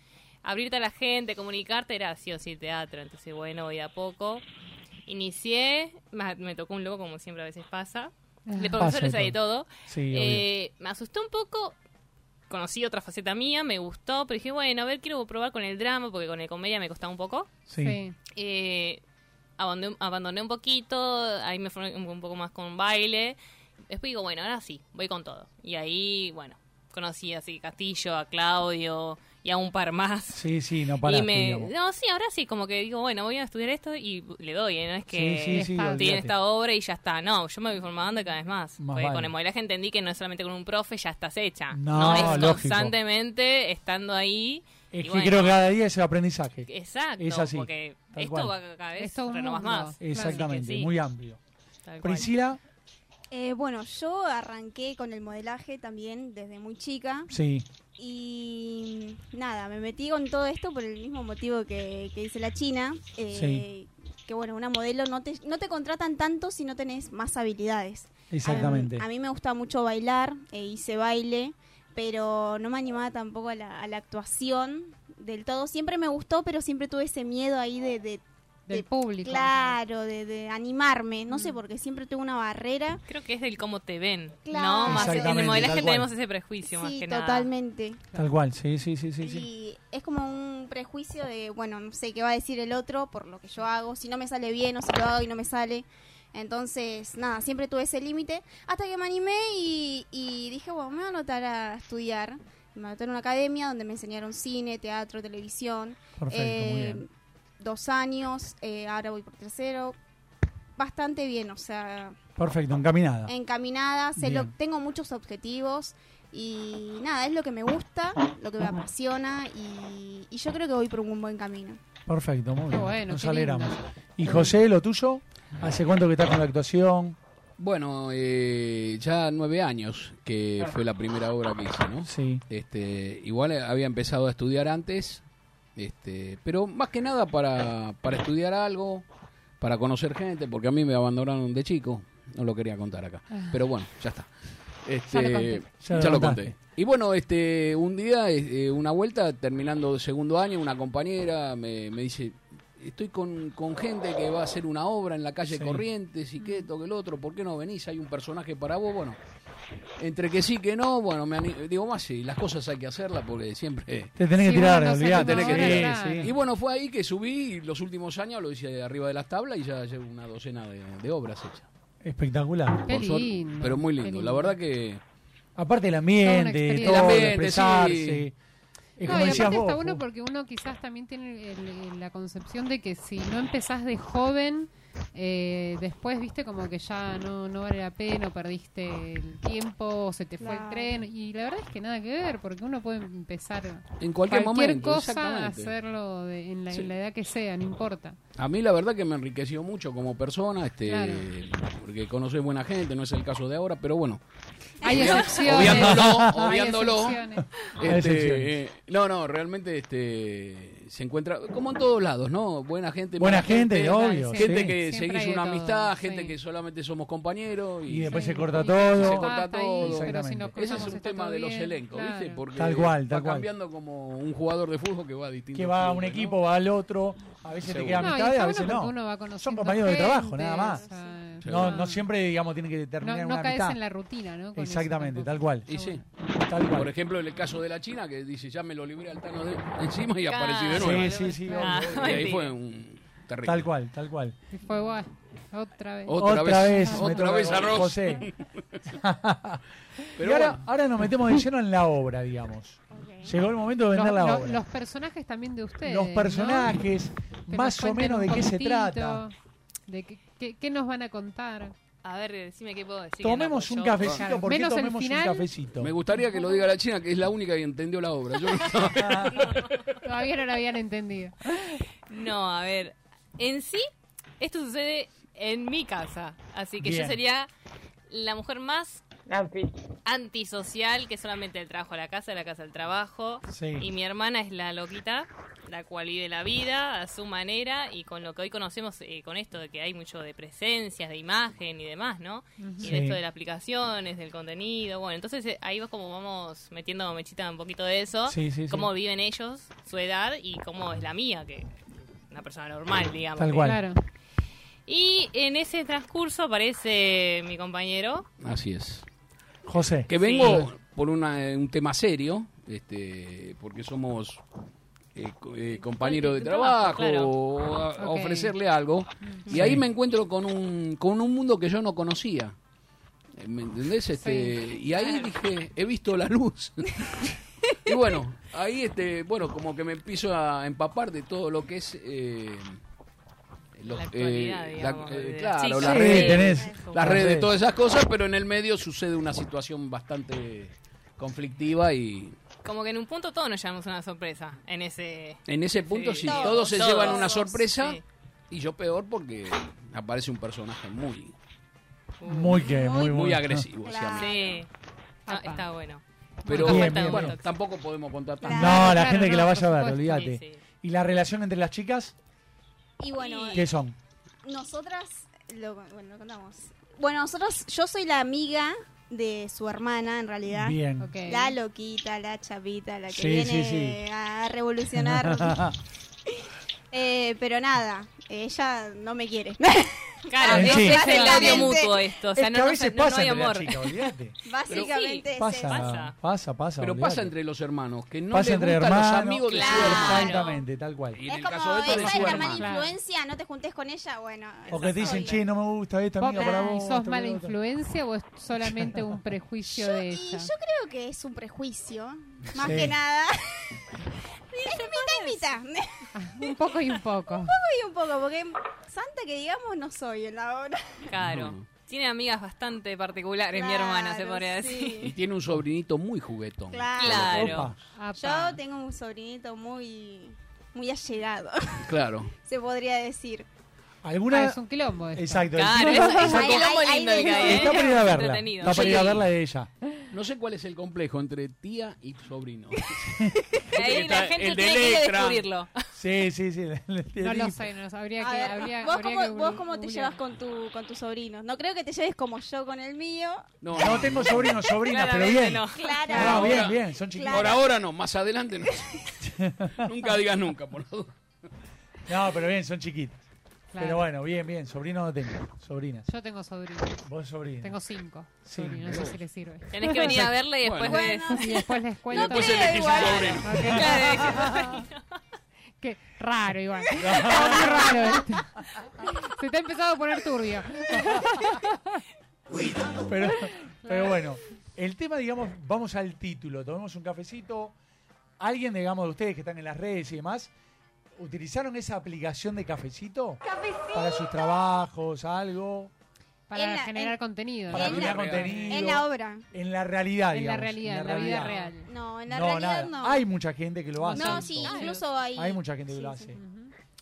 [SPEAKER 10] abrirte a la gente, comunicarte, era sí o sí teatro. Entonces, bueno, voy de a poco. Inicié, ma- me tocó un loco, como siempre a veces pasa. De
[SPEAKER 2] Pasa
[SPEAKER 10] profesores
[SPEAKER 2] de
[SPEAKER 10] hay de
[SPEAKER 2] todo.
[SPEAKER 10] todo.
[SPEAKER 2] Sí, obvio.
[SPEAKER 10] Eh, me asustó un poco conocí otra faceta mía, me gustó, pero dije, bueno, a ver, quiero probar con el drama, porque con el comedia me costaba un poco.
[SPEAKER 2] Sí. Sí.
[SPEAKER 10] Eh, abandoné, abandoné un poquito, ahí me fue un, un poco más con baile. Después digo, bueno, ahora sí, voy con todo. Y ahí, bueno, conocí así a Castillo, a Claudio y a un par más.
[SPEAKER 2] Sí, sí, no paraste,
[SPEAKER 10] y me,
[SPEAKER 2] digamos.
[SPEAKER 10] no, sí, ahora sí, como que digo, bueno, voy a estudiar esto y le doy, ¿eh? no es que
[SPEAKER 2] Sí, sí, sí,
[SPEAKER 10] tiene
[SPEAKER 2] olvídate.
[SPEAKER 10] esta obra y ya está. No, yo me voy formando cada vez más.
[SPEAKER 2] Más
[SPEAKER 10] Porque
[SPEAKER 2] vale.
[SPEAKER 10] con el modelaje entendí que no es solamente con un profe, ya estás hecha.
[SPEAKER 2] No,
[SPEAKER 10] es
[SPEAKER 2] lógico.
[SPEAKER 10] constantemente estando ahí.
[SPEAKER 2] Es
[SPEAKER 10] y
[SPEAKER 2] que
[SPEAKER 10] bueno,
[SPEAKER 2] creo que cada día es aprendizaje.
[SPEAKER 10] Exacto,
[SPEAKER 2] Es así.
[SPEAKER 10] porque
[SPEAKER 2] tal
[SPEAKER 10] esto
[SPEAKER 2] cual.
[SPEAKER 10] va cada vez
[SPEAKER 3] Es todo un
[SPEAKER 10] renovas
[SPEAKER 3] mundo.
[SPEAKER 10] más.
[SPEAKER 2] Exactamente,
[SPEAKER 10] Así que sí.
[SPEAKER 2] muy amplio.
[SPEAKER 10] Tal cual.
[SPEAKER 2] Priscila,
[SPEAKER 11] Eh, bueno, yo arranqué con el modelaje también desde muy chica.
[SPEAKER 2] sí.
[SPEAKER 11] Y nada, me metí con todo esto por el mismo motivo que, que dice la China. eh, Que bueno, una modelo no te, no te contratan tanto si no tenés más habilidades.
[SPEAKER 2] Exactamente.
[SPEAKER 11] A, a mí me gusta mucho bailar, eh, hice baile, pero no me animaba tampoco a la, a la actuación del todo. Siempre me gustó, pero siempre tuve ese miedo ahí de... de-
[SPEAKER 3] Del
[SPEAKER 11] de-
[SPEAKER 3] público.
[SPEAKER 11] Claro, de, de animarme. No
[SPEAKER 10] Mm.
[SPEAKER 11] sé, porque siempre tuve una barrera.
[SPEAKER 10] Creo que es del cómo te ven.
[SPEAKER 11] Claro.
[SPEAKER 10] No, más en
[SPEAKER 2] Exactamente,
[SPEAKER 10] el modelaje
[SPEAKER 2] tal cual.
[SPEAKER 10] tenemos ese prejuicio más
[SPEAKER 11] Sí,
[SPEAKER 10] que nada.
[SPEAKER 11] totalmente.
[SPEAKER 2] Tal cual, sí, sí, sí, sí. sí.
[SPEAKER 11] Y es como un prejuicio de, bueno, no sé qué va a decir el otro por lo que yo hago, si no me sale bien o si lo hago y no me sale. Entonces, nada, siempre tuve ese límite hasta que me animé y, y dije, bueno, me voy a anotar a estudiar. Me anoté en una academia donde me enseñaron cine, teatro, televisión.
[SPEAKER 2] Perfecto, muy
[SPEAKER 11] Eh,
[SPEAKER 2] bien.
[SPEAKER 11] Dos años, eh, ahora voy por tercero. Bastante bien, o sea,
[SPEAKER 2] Perfecto, encaminada.
[SPEAKER 11] encaminada, sé lo-
[SPEAKER 2] Bien.
[SPEAKER 11] tengo muchos objetivos y nada, es lo que me gusta, lo que me apasiona y, y yo creo que voy por un buen camino.
[SPEAKER 2] Perfecto, muy bien.
[SPEAKER 11] bueno,
[SPEAKER 2] Nos
[SPEAKER 11] qué lindo.
[SPEAKER 2] alegramos. ¿Y José, lo tuyo? ¿Hace cuánto que estás con la actuación?
[SPEAKER 9] Bueno, eh, ya nueve años que fue la primera obra que hice, ¿no?
[SPEAKER 2] Sí.
[SPEAKER 9] Este, igual había empezado a estudiar antes, este, pero más que nada para, para estudiar algo, para conocer gente, porque a mí me abandonaron de chico, no lo quería contar acá, pero bueno, ya está. Este,
[SPEAKER 14] Ah. Ya lo conté.
[SPEAKER 2] Ya lo
[SPEAKER 9] ya lo
[SPEAKER 2] contaste.
[SPEAKER 9] conté. Y bueno, este, un día, eh, una vuelta, terminando segundo año, una compañera me, me dice, estoy con, con gente que va a hacer una obra en la calle
[SPEAKER 14] Sí.
[SPEAKER 9] Corrientes y que esto, que el otro, ¿por qué no venís? Hay un personaje para vos, bueno. Entre que sí, que no, bueno, me ani- digo más, sí, las cosas hay que hacerlas porque siempre...
[SPEAKER 2] Te tenés que Sí, tirar, bueno, no sé olvidate.
[SPEAKER 9] Tenés que
[SPEAKER 2] cómo
[SPEAKER 9] tirar.
[SPEAKER 2] ahora, claro.
[SPEAKER 9] Y bueno, fue ahí que subí y los últimos años, lo hice arriba de las tablas y ya llevo una docena de, de obras hechas.
[SPEAKER 2] Espectacular.
[SPEAKER 9] Por suerte, pero muy lindo. La verdad que...
[SPEAKER 2] Aparte el
[SPEAKER 9] Toda una
[SPEAKER 2] ambiente,
[SPEAKER 9] experiencia.
[SPEAKER 2] todo,
[SPEAKER 9] El ambiente,
[SPEAKER 2] de expresarse.
[SPEAKER 9] sí.
[SPEAKER 2] Es
[SPEAKER 3] No,
[SPEAKER 2] como
[SPEAKER 3] y
[SPEAKER 2] decías
[SPEAKER 3] aparte
[SPEAKER 2] vos.
[SPEAKER 3] está bueno porque uno quizás también tiene el- el- la concepción de que si no empezás de joven, eh, después viste como que ya no, no vale la pena, o perdiste el tiempo, o se te fue
[SPEAKER 10] Claro.
[SPEAKER 3] el tren. Y la verdad es que nada que ver, porque uno puede empezar
[SPEAKER 9] En cualquier momento,
[SPEAKER 3] cosa,
[SPEAKER 9] exactamente.
[SPEAKER 3] hacerlo de- en, la,
[SPEAKER 9] Sí.
[SPEAKER 3] en la edad que sea, no importa.
[SPEAKER 9] A mí la verdad que me enriqueció mucho como persona, este,
[SPEAKER 3] Claro.
[SPEAKER 9] porque conoces buena gente, no es el caso de ahora, pero bueno.
[SPEAKER 3] Hay
[SPEAKER 9] Obvia-
[SPEAKER 3] excepciones.
[SPEAKER 9] Obviándolo,
[SPEAKER 3] Hay
[SPEAKER 9] obviándolo.
[SPEAKER 3] excepciones.
[SPEAKER 9] Este,
[SPEAKER 2] Hay excepciones.
[SPEAKER 9] eh, no, no, realmente este, se encuentra, como en todos lados, ¿no? Buena gente.
[SPEAKER 2] Buena
[SPEAKER 9] mala
[SPEAKER 2] gente, obvio,
[SPEAKER 9] Gente
[SPEAKER 2] sí.
[SPEAKER 9] que
[SPEAKER 2] Siempre hay
[SPEAKER 9] seguís
[SPEAKER 2] de
[SPEAKER 9] una
[SPEAKER 2] todo,
[SPEAKER 9] amistad, gente que solamente somos compañeros. Y,
[SPEAKER 2] Y después se corta
[SPEAKER 9] y
[SPEAKER 2] todo.
[SPEAKER 9] Se corta
[SPEAKER 2] Hasta ahí,
[SPEAKER 9] todo.
[SPEAKER 2] pero si Exactamente. nos
[SPEAKER 9] Ese es
[SPEAKER 2] cruzamos
[SPEAKER 9] un
[SPEAKER 2] está
[SPEAKER 9] tema
[SPEAKER 2] todo
[SPEAKER 9] de los
[SPEAKER 2] bien,
[SPEAKER 9] elencos, ¿viste?
[SPEAKER 2] claro.
[SPEAKER 9] Porque
[SPEAKER 2] Tal cual, tal
[SPEAKER 9] va
[SPEAKER 2] cual.
[SPEAKER 9] cambiando como un jugador de fútbol que va a distintos
[SPEAKER 2] que va a un
[SPEAKER 9] clubes, ¿no?
[SPEAKER 2] equipo, va al otro, a veces
[SPEAKER 9] Seguro.
[SPEAKER 2] te queda
[SPEAKER 9] No, y
[SPEAKER 2] mitad,
[SPEAKER 9] está
[SPEAKER 2] a
[SPEAKER 9] bueno
[SPEAKER 2] veces
[SPEAKER 9] porque
[SPEAKER 2] no.
[SPEAKER 3] uno va
[SPEAKER 2] Son
[SPEAKER 3] conociendo
[SPEAKER 2] compañeros de
[SPEAKER 3] gente,
[SPEAKER 2] trabajo, nada más.
[SPEAKER 3] o sea,
[SPEAKER 2] no, no siempre, digamos, tienen que
[SPEAKER 3] No,
[SPEAKER 2] terminar
[SPEAKER 3] no
[SPEAKER 2] una
[SPEAKER 3] caes
[SPEAKER 2] amistad.
[SPEAKER 3] en la rutina, ¿no? Con eso
[SPEAKER 2] Exactamente,
[SPEAKER 3] tampoco.
[SPEAKER 2] tal cual.
[SPEAKER 9] Y sí.
[SPEAKER 2] Tal cual.
[SPEAKER 9] Por ejemplo, el caso de la China, que dice, ya me lo libré al Tano de encima y
[SPEAKER 3] Claro.
[SPEAKER 9] aparecí de nuevo.
[SPEAKER 2] Sí, sí, sí,
[SPEAKER 9] Y
[SPEAKER 2] Ah, obvio.
[SPEAKER 9] ahí
[SPEAKER 2] mentira.
[SPEAKER 9] fue un terrible.
[SPEAKER 2] Tal cual, tal cual.
[SPEAKER 3] Y fue guay. Otra vez.
[SPEAKER 9] Otra
[SPEAKER 2] Otra
[SPEAKER 9] vez.
[SPEAKER 2] vez, me
[SPEAKER 9] Otra
[SPEAKER 2] toca
[SPEAKER 9] vez
[SPEAKER 2] con
[SPEAKER 9] arroz.
[SPEAKER 2] José.
[SPEAKER 9] Pero
[SPEAKER 2] y ahora,
[SPEAKER 9] bueno.
[SPEAKER 2] ahora nos metemos de lleno en la obra, digamos. Llegó el momento de
[SPEAKER 3] Los,
[SPEAKER 2] vender la
[SPEAKER 3] lo-
[SPEAKER 2] obra.
[SPEAKER 3] los personajes también de ustedes.
[SPEAKER 2] Los
[SPEAKER 3] ¿no?
[SPEAKER 2] personajes,
[SPEAKER 3] Que nos
[SPEAKER 2] más o
[SPEAKER 3] cuenten
[SPEAKER 2] menos de
[SPEAKER 3] un
[SPEAKER 2] qué se
[SPEAKER 3] poquitito,
[SPEAKER 2] trata.
[SPEAKER 3] De qué, qué- qué nos van a contar.
[SPEAKER 10] A ver, decime qué puedo decir. que no,
[SPEAKER 2] Tomemos
[SPEAKER 10] pues
[SPEAKER 2] un
[SPEAKER 10] yo-
[SPEAKER 2] cafecito, ¿por qué
[SPEAKER 10] Menos el
[SPEAKER 2] tomemos un
[SPEAKER 10] final.
[SPEAKER 2] cafecito?
[SPEAKER 9] Me gustaría que lo diga la China, que es la única que entendió la obra. Yo no sabía.
[SPEAKER 3] Todavía no lo habían entendido.
[SPEAKER 10] No, a ver. En sí, esto sucede en mi casa. Así que yo
[SPEAKER 3] Bien.
[SPEAKER 10] sería la mujer más antisocial que solamente el trabajo a la casa, de la casa al trabajo.
[SPEAKER 3] Sí.
[SPEAKER 10] Y mi hermana es la loquita, la cual vive la vida a su manera y con lo que hoy conocemos eh, con esto de que hay mucho de presencias, de imagen y demás, ¿no? Y
[SPEAKER 3] Sí.
[SPEAKER 10] de esto de las aplicaciones, del contenido, bueno, entonces eh, ahí vas como vamos metiendo mechita un poquito de eso,
[SPEAKER 2] Sí, sí, sí.
[SPEAKER 10] cómo viven ellos, su edad y cómo es la mía, que una persona normal, digamos. ¿eh?
[SPEAKER 2] Tal cual. Claro.
[SPEAKER 10] Y en ese transcurso aparece mi compañero,
[SPEAKER 9] Así es.
[SPEAKER 2] José.
[SPEAKER 9] Que vengo por una- eh, un tema serio, este, porque somos eh, co- eh, compañeros de
[SPEAKER 10] De trabajo,
[SPEAKER 9] trabajo,
[SPEAKER 10] claro.
[SPEAKER 9] a, a
[SPEAKER 10] Ok. Mm.
[SPEAKER 9] ofrecerle algo. Y
[SPEAKER 10] Sí.
[SPEAKER 9] ahí me encuentro con un, con un mundo que yo no conocía. Eh, ¿Me entendés? Este, Y ahí dije, he visto la luz. y bueno, ahí este, bueno, como que me empiezo a empapar de todo lo que es eh, los-
[SPEAKER 10] La actualidad,
[SPEAKER 9] eh,
[SPEAKER 10] digamos,
[SPEAKER 9] la-
[SPEAKER 10] de
[SPEAKER 9] eh,
[SPEAKER 10] las
[SPEAKER 9] claro,
[SPEAKER 10] chicas.
[SPEAKER 9] las
[SPEAKER 10] Sí,
[SPEAKER 9] redes,
[SPEAKER 10] tenés.
[SPEAKER 9] las redes, todas esas cosas, pero en el medio sucede una situación bastante conflictiva y
[SPEAKER 10] como que en un punto todos nos llevamos una sorpresa, en ese...
[SPEAKER 9] en ese punto sí,
[SPEAKER 10] Sí.
[SPEAKER 9] todos, se
[SPEAKER 10] Todos.
[SPEAKER 9] llevan una sorpresa
[SPEAKER 10] Sí.
[SPEAKER 9] y yo peor porque aparece un personaje muy
[SPEAKER 2] Muy que, muy,
[SPEAKER 9] muy
[SPEAKER 2] bueno.
[SPEAKER 9] agresivo, o sea,
[SPEAKER 10] Sí, No, está bueno.
[SPEAKER 9] pero
[SPEAKER 2] Bien,
[SPEAKER 9] bueno,
[SPEAKER 2] bien,
[SPEAKER 9] bueno,
[SPEAKER 2] bien.
[SPEAKER 9] tampoco podemos contar
[SPEAKER 2] No,
[SPEAKER 9] tanto.
[SPEAKER 2] la gente que la vaya a ver, olvídate. ¿Y la relación entre las chicas?
[SPEAKER 11] Y bueno,
[SPEAKER 2] ¿Qué son?
[SPEAKER 11] nosotras, lo, bueno, lo contamos. Bueno, nosotros, yo soy la amiga de su hermana, en realidad.
[SPEAKER 2] Bien. Ok.
[SPEAKER 11] La loquita, la chapita, la que
[SPEAKER 2] Sí,
[SPEAKER 11] viene
[SPEAKER 2] sí, sí.
[SPEAKER 11] a revolucionar. Eh, pero nada, ella no me quiere.
[SPEAKER 10] Claro,
[SPEAKER 2] En
[SPEAKER 10] es,
[SPEAKER 2] Ah, sí.
[SPEAKER 10] es el labio
[SPEAKER 11] Básicamente-
[SPEAKER 10] mutuo esto. O sea,
[SPEAKER 2] Es
[SPEAKER 10] no,
[SPEAKER 2] que a
[SPEAKER 10] no-
[SPEAKER 2] veces
[SPEAKER 10] no- no
[SPEAKER 2] pasa
[SPEAKER 10] hay
[SPEAKER 2] entre las
[SPEAKER 10] amor.
[SPEAKER 2] chicas, olvídamente.
[SPEAKER 11] Básicamente es
[SPEAKER 2] Pasa,
[SPEAKER 11] eso.
[SPEAKER 2] pasa, pasa.
[SPEAKER 9] Pero
[SPEAKER 2] olvídate.
[SPEAKER 9] pasa entre los hermanos, que no
[SPEAKER 2] pasa
[SPEAKER 9] les
[SPEAKER 2] entre
[SPEAKER 9] gustan
[SPEAKER 2] hermanos.
[SPEAKER 9] los amigos de su hermano.
[SPEAKER 2] Exactamente, tal cual.
[SPEAKER 9] Y en el
[SPEAKER 11] Como
[SPEAKER 9] caso de esto de
[SPEAKER 11] esa
[SPEAKER 9] su
[SPEAKER 11] es la mala
[SPEAKER 9] hermano.
[SPEAKER 11] influencia, no te juntes con ella, bueno.
[SPEAKER 2] O que te dicen, che, no me gusta esta
[SPEAKER 3] Vos,
[SPEAKER 2] amiga para
[SPEAKER 3] pará, ¿y
[SPEAKER 2] vos.
[SPEAKER 3] ¿Sos mala
[SPEAKER 2] esta para vos".
[SPEAKER 3] influencia o es solamente un prejuicio de
[SPEAKER 11] Y yo
[SPEAKER 3] ella?
[SPEAKER 11] creo que es un prejuicio, más
[SPEAKER 3] Sí.
[SPEAKER 11] que nada. es mitad y mitad.
[SPEAKER 3] Un poco y un poco.
[SPEAKER 11] poco y un poco, porque santa que digamos no soy en la hora.
[SPEAKER 10] Claro. Tiene amigas bastante particulares, mi hermana, se podría decir.
[SPEAKER 9] Y tiene un sobrinito muy juguetón.
[SPEAKER 11] Claro.
[SPEAKER 9] Opa.
[SPEAKER 11] Yo tengo un sobrinito muy muy allegado,
[SPEAKER 9] Claro.
[SPEAKER 11] se podría decir.
[SPEAKER 2] ¿Alguna...
[SPEAKER 11] Ah, es un
[SPEAKER 3] quilombo
[SPEAKER 2] Exacto.
[SPEAKER 11] Claro,
[SPEAKER 2] el
[SPEAKER 11] es-
[SPEAKER 2] quilombo-
[SPEAKER 11] es un
[SPEAKER 2] Exacto.
[SPEAKER 11] quilombo Ahí- lindo ahí el que hay, de- ¿eh?
[SPEAKER 2] Está para ir a verla.
[SPEAKER 9] Entretenido.
[SPEAKER 2] Está para ir a
[SPEAKER 9] Sí.
[SPEAKER 2] verla de ella.
[SPEAKER 9] No sé cuál es el complejo entre tía y sobrino.
[SPEAKER 10] Ahí la
[SPEAKER 9] Está
[SPEAKER 10] gente
[SPEAKER 9] el de
[SPEAKER 10] tiene que
[SPEAKER 9] Electra.
[SPEAKER 10] descubrirlo.
[SPEAKER 2] Sí, sí, sí. le- le- le-
[SPEAKER 3] No lo sé, no lo sé, habría
[SPEAKER 11] A
[SPEAKER 3] que...
[SPEAKER 11] ver,
[SPEAKER 3] habría-
[SPEAKER 11] vos,
[SPEAKER 3] habría
[SPEAKER 11] cómo,
[SPEAKER 3] que
[SPEAKER 11] vos cómo te
[SPEAKER 3] googlear.
[SPEAKER 11] llevas con tu con tus sobrinos. No creo que te lleves como yo con el mío.
[SPEAKER 9] No,
[SPEAKER 2] No tengo sobrinos, sobrinas, pero bien.
[SPEAKER 11] Claro.
[SPEAKER 2] No, bien,
[SPEAKER 9] Ahora-
[SPEAKER 2] bien, son chiquitos.
[SPEAKER 9] Por ahora no, más adelante no. nunca digas nunca, por favor.
[SPEAKER 2] No, pero bien, son chiquitos.
[SPEAKER 3] Claro.
[SPEAKER 2] Pero bueno, bien, bien. Sobrinos no tengo. Sobrinas.
[SPEAKER 3] Yo tengo sobrinos.
[SPEAKER 2] Vos sobrinos.
[SPEAKER 3] Tengo cinco
[SPEAKER 2] Sí.
[SPEAKER 3] sobrinos, no sé si les sirve.
[SPEAKER 10] Tenés que venir a verla y después
[SPEAKER 3] Bueno.
[SPEAKER 10] ves.
[SPEAKER 3] Y después les cuento.
[SPEAKER 10] después elegís un sobrino. Claro,
[SPEAKER 3] Ok. Qué raro igual. Está muy raro esto. Se está empezando a poner turbio.
[SPEAKER 2] Pero, pero bueno, el tema, digamos, vamos al título. Tomemos un cafecito. Alguien, digamos, de ustedes que están en las redes y demás, ¿utilizaron esa aplicación de cafecito? Para sus trabajos, algo.
[SPEAKER 3] Para
[SPEAKER 11] En la-
[SPEAKER 3] generar
[SPEAKER 11] en-
[SPEAKER 3] contenido.
[SPEAKER 2] Para
[SPEAKER 3] ¿no?
[SPEAKER 2] generar contenido.
[SPEAKER 11] En la obra.
[SPEAKER 2] En la realidad,
[SPEAKER 3] En la
[SPEAKER 2] digamos,
[SPEAKER 3] realidad, en la vida real.
[SPEAKER 11] No, en la
[SPEAKER 2] No,
[SPEAKER 11] realidad
[SPEAKER 2] nada.
[SPEAKER 11] no.
[SPEAKER 2] Hay mucha gente que lo hace.
[SPEAKER 11] No, sí, incluso hay.
[SPEAKER 2] Hay mucha gente que lo hace.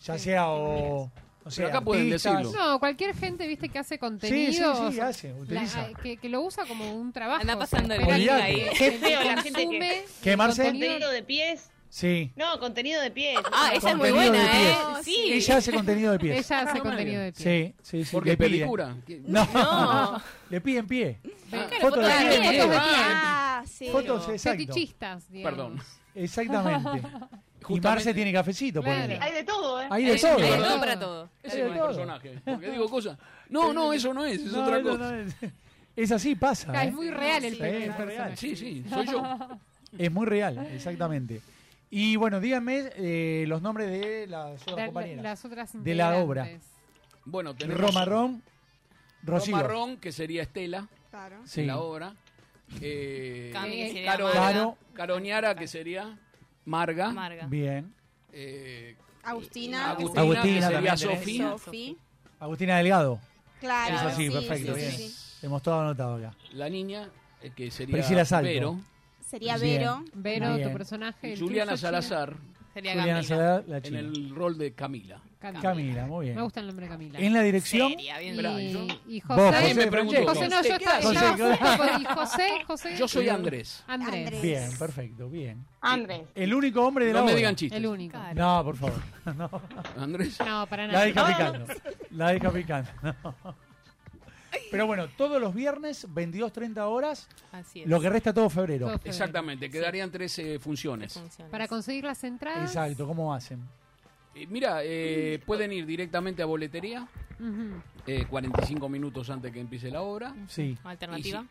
[SPEAKER 2] Ya sea o. No sé,
[SPEAKER 9] Pero acá pueden
[SPEAKER 2] artistas.
[SPEAKER 9] decirlo.
[SPEAKER 3] No, cualquier gente, viste, que hace
[SPEAKER 2] Sí, sí,
[SPEAKER 3] contenido. o
[SPEAKER 2] sí,
[SPEAKER 3] sea,
[SPEAKER 2] hace, utiliza.
[SPEAKER 3] la- eh, que, que lo usa como un trabajo.
[SPEAKER 10] Anda
[SPEAKER 3] o sea,
[SPEAKER 10] pasando el
[SPEAKER 3] espera
[SPEAKER 10] link
[SPEAKER 3] que-
[SPEAKER 10] ahí.
[SPEAKER 3] que
[SPEAKER 10] Qué feo la
[SPEAKER 3] consume
[SPEAKER 10] gente que-
[SPEAKER 3] el
[SPEAKER 2] ¿Qué, Marce?
[SPEAKER 3] contenido.
[SPEAKER 4] Contenido de pies.
[SPEAKER 2] Sí.
[SPEAKER 4] No, contenido de pies.
[SPEAKER 10] Ah, esa es muy
[SPEAKER 2] Contenido
[SPEAKER 10] buena,
[SPEAKER 2] de
[SPEAKER 10] ¿eh?
[SPEAKER 2] pies.
[SPEAKER 10] Sí.
[SPEAKER 2] Ella hace contenido de pies.
[SPEAKER 3] Oh, Ella hace contenido de pie.
[SPEAKER 2] Sí, sí, sí.
[SPEAKER 9] Porque
[SPEAKER 2] le piden.
[SPEAKER 9] pedicura. ¿Qué?
[SPEAKER 2] No.
[SPEAKER 10] No.
[SPEAKER 2] le piden pie.
[SPEAKER 10] Claro,
[SPEAKER 2] Fotos de
[SPEAKER 10] fotos de
[SPEAKER 2] pie.
[SPEAKER 10] pie.
[SPEAKER 2] fotos de pie.
[SPEAKER 11] Ah, sí.
[SPEAKER 2] Fotos, exacto.
[SPEAKER 3] Fetichistas, digamos.
[SPEAKER 9] Perdón.
[SPEAKER 2] Exactamente. Y Marce tiene cafecito, por
[SPEAKER 3] Claro.
[SPEAKER 2] ejemplo.
[SPEAKER 4] Hay de todo, ¿eh?
[SPEAKER 2] Hay de todo.
[SPEAKER 10] Hay de
[SPEAKER 2] ¿verdad?
[SPEAKER 10] todo para todo.
[SPEAKER 9] Ese es mi personaje. Porque digo cosas. No, no, eso no es, es
[SPEAKER 2] No,
[SPEAKER 9] otra
[SPEAKER 2] no,
[SPEAKER 9] cosa.
[SPEAKER 2] no, es- es así, pasa.
[SPEAKER 3] Ah,
[SPEAKER 2] ¿eh?
[SPEAKER 3] Es muy real el
[SPEAKER 2] Sí,
[SPEAKER 3] pelo
[SPEAKER 2] es
[SPEAKER 3] del
[SPEAKER 2] real.
[SPEAKER 3] personaje.
[SPEAKER 9] Sí, sí, soy yo.
[SPEAKER 2] Es muy real, exactamente. Y bueno, díganme eh, los nombres de las otras
[SPEAKER 3] La-
[SPEAKER 2] compañeras.
[SPEAKER 3] las otras
[SPEAKER 2] De la obra.
[SPEAKER 3] integrantes.
[SPEAKER 9] Bueno, tenemos
[SPEAKER 2] Romarrón, Rocío.
[SPEAKER 9] Romarrón, que sería Estela,
[SPEAKER 11] Claro.
[SPEAKER 2] Sí.
[SPEAKER 9] en la obra. Eh,
[SPEAKER 10] Cami, que sería
[SPEAKER 9] Caro-
[SPEAKER 10] Marga.
[SPEAKER 2] Caro.
[SPEAKER 9] Caroniara, que sería Marga.
[SPEAKER 10] Marga.
[SPEAKER 2] Bien.
[SPEAKER 9] Eh,
[SPEAKER 11] Agustina.
[SPEAKER 9] Agustina,
[SPEAKER 2] Agustina
[SPEAKER 9] que sería
[SPEAKER 2] también tenés.
[SPEAKER 9] Sofía.
[SPEAKER 11] Sofi.
[SPEAKER 2] Agustina Delgado.
[SPEAKER 11] Claro.
[SPEAKER 2] Es así,
[SPEAKER 11] Sí,
[SPEAKER 2] perfecto.
[SPEAKER 11] sí,
[SPEAKER 2] bien.
[SPEAKER 11] sí,
[SPEAKER 2] Hemos todo anotado acá.
[SPEAKER 9] La niña, eh, que sería
[SPEAKER 2] Priscila Salto.
[SPEAKER 9] Vero.
[SPEAKER 11] Sería
[SPEAKER 2] Bien.
[SPEAKER 11] Vero.
[SPEAKER 3] Vero,
[SPEAKER 2] Bien.
[SPEAKER 3] tu personaje. el
[SPEAKER 9] Juliana
[SPEAKER 3] tuyo, China.
[SPEAKER 9] Salazar.
[SPEAKER 3] Sería
[SPEAKER 2] Juliana
[SPEAKER 3] Camila.
[SPEAKER 2] Salazar, la
[SPEAKER 9] en
[SPEAKER 2] china.
[SPEAKER 9] el rol de Camila.
[SPEAKER 3] Camila.
[SPEAKER 2] Camila, muy bien.
[SPEAKER 3] Me gusta el nombre Camila.
[SPEAKER 2] ¿En la dirección?
[SPEAKER 9] Seria, bien.
[SPEAKER 3] Y-
[SPEAKER 9] Esperá,
[SPEAKER 3] y,
[SPEAKER 9] yo-
[SPEAKER 3] José.
[SPEAKER 2] Vos, José,
[SPEAKER 3] José,
[SPEAKER 9] me preguntó.
[SPEAKER 3] no, yo
[SPEAKER 9] José,
[SPEAKER 3] estaba,
[SPEAKER 2] ¿qué
[SPEAKER 3] estaba
[SPEAKER 2] haces?
[SPEAKER 3] justo por- y José, José.
[SPEAKER 9] Yo soy
[SPEAKER 3] y-
[SPEAKER 9] Andrés.
[SPEAKER 3] Andrés.
[SPEAKER 2] Bien, perfecto, bien.
[SPEAKER 4] Andrés.
[SPEAKER 2] El único hombre de la
[SPEAKER 9] No me
[SPEAKER 2] obra.
[SPEAKER 9] digan chistes.
[SPEAKER 3] El único.
[SPEAKER 2] No, por favor. No.
[SPEAKER 9] Andrés.
[SPEAKER 3] No, para
[SPEAKER 2] La
[SPEAKER 3] nada.
[SPEAKER 2] deja
[SPEAKER 3] No,
[SPEAKER 2] picando. La deja picando. No. Pero bueno, todos los viernes, 22.30 horas,
[SPEAKER 10] Así es.
[SPEAKER 2] lo que resta todo febrero.
[SPEAKER 3] Todo febrero.
[SPEAKER 9] Exactamente, quedarían 13 funciones.
[SPEAKER 10] Funciona.
[SPEAKER 3] Para conseguir las entradas.
[SPEAKER 2] Exacto, ¿cómo hacen?
[SPEAKER 9] Eh, mira, eh, pueden ir directamente a boletería
[SPEAKER 3] Ujú.
[SPEAKER 9] eh, 45 minutos antes que empiece la obra.
[SPEAKER 2] Sí.
[SPEAKER 10] Alternativa.
[SPEAKER 9] Y si-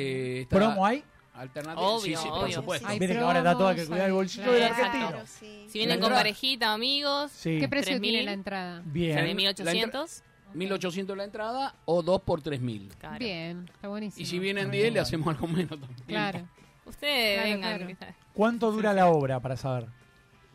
[SPEAKER 9] eh, está-
[SPEAKER 2] ¿Promo hay?
[SPEAKER 9] Alternativa.
[SPEAKER 10] Obvio,
[SPEAKER 9] sí, sí, por
[SPEAKER 10] obvio.
[SPEAKER 9] supuesto.
[SPEAKER 3] Hay
[SPEAKER 2] Viste que ahora está todo que
[SPEAKER 3] promos,
[SPEAKER 2] cuidar el
[SPEAKER 3] hay-
[SPEAKER 2] bolsillo del
[SPEAKER 10] Exacto.
[SPEAKER 2] argentino.
[SPEAKER 11] sí.
[SPEAKER 10] Si vienen
[SPEAKER 9] La
[SPEAKER 10] con
[SPEAKER 9] entrada-
[SPEAKER 10] parejita, amigos,
[SPEAKER 2] Sí.
[SPEAKER 3] ¿Qué precio
[SPEAKER 10] 3.000?
[SPEAKER 3] tiene la entrada?
[SPEAKER 10] sale
[SPEAKER 2] Bien.
[SPEAKER 10] 1.800.
[SPEAKER 9] 1800 la entrada o 2 por 3000.
[SPEAKER 10] Claro.
[SPEAKER 3] Bien, está buenísimo.
[SPEAKER 9] Y si vienen 10 le hacemos algo menos también.
[SPEAKER 3] Claro.
[SPEAKER 10] Ustedes
[SPEAKER 3] Claro,
[SPEAKER 10] vengan.
[SPEAKER 3] claro.
[SPEAKER 10] quizás.
[SPEAKER 2] ¿Cuánto dura la obra para saber?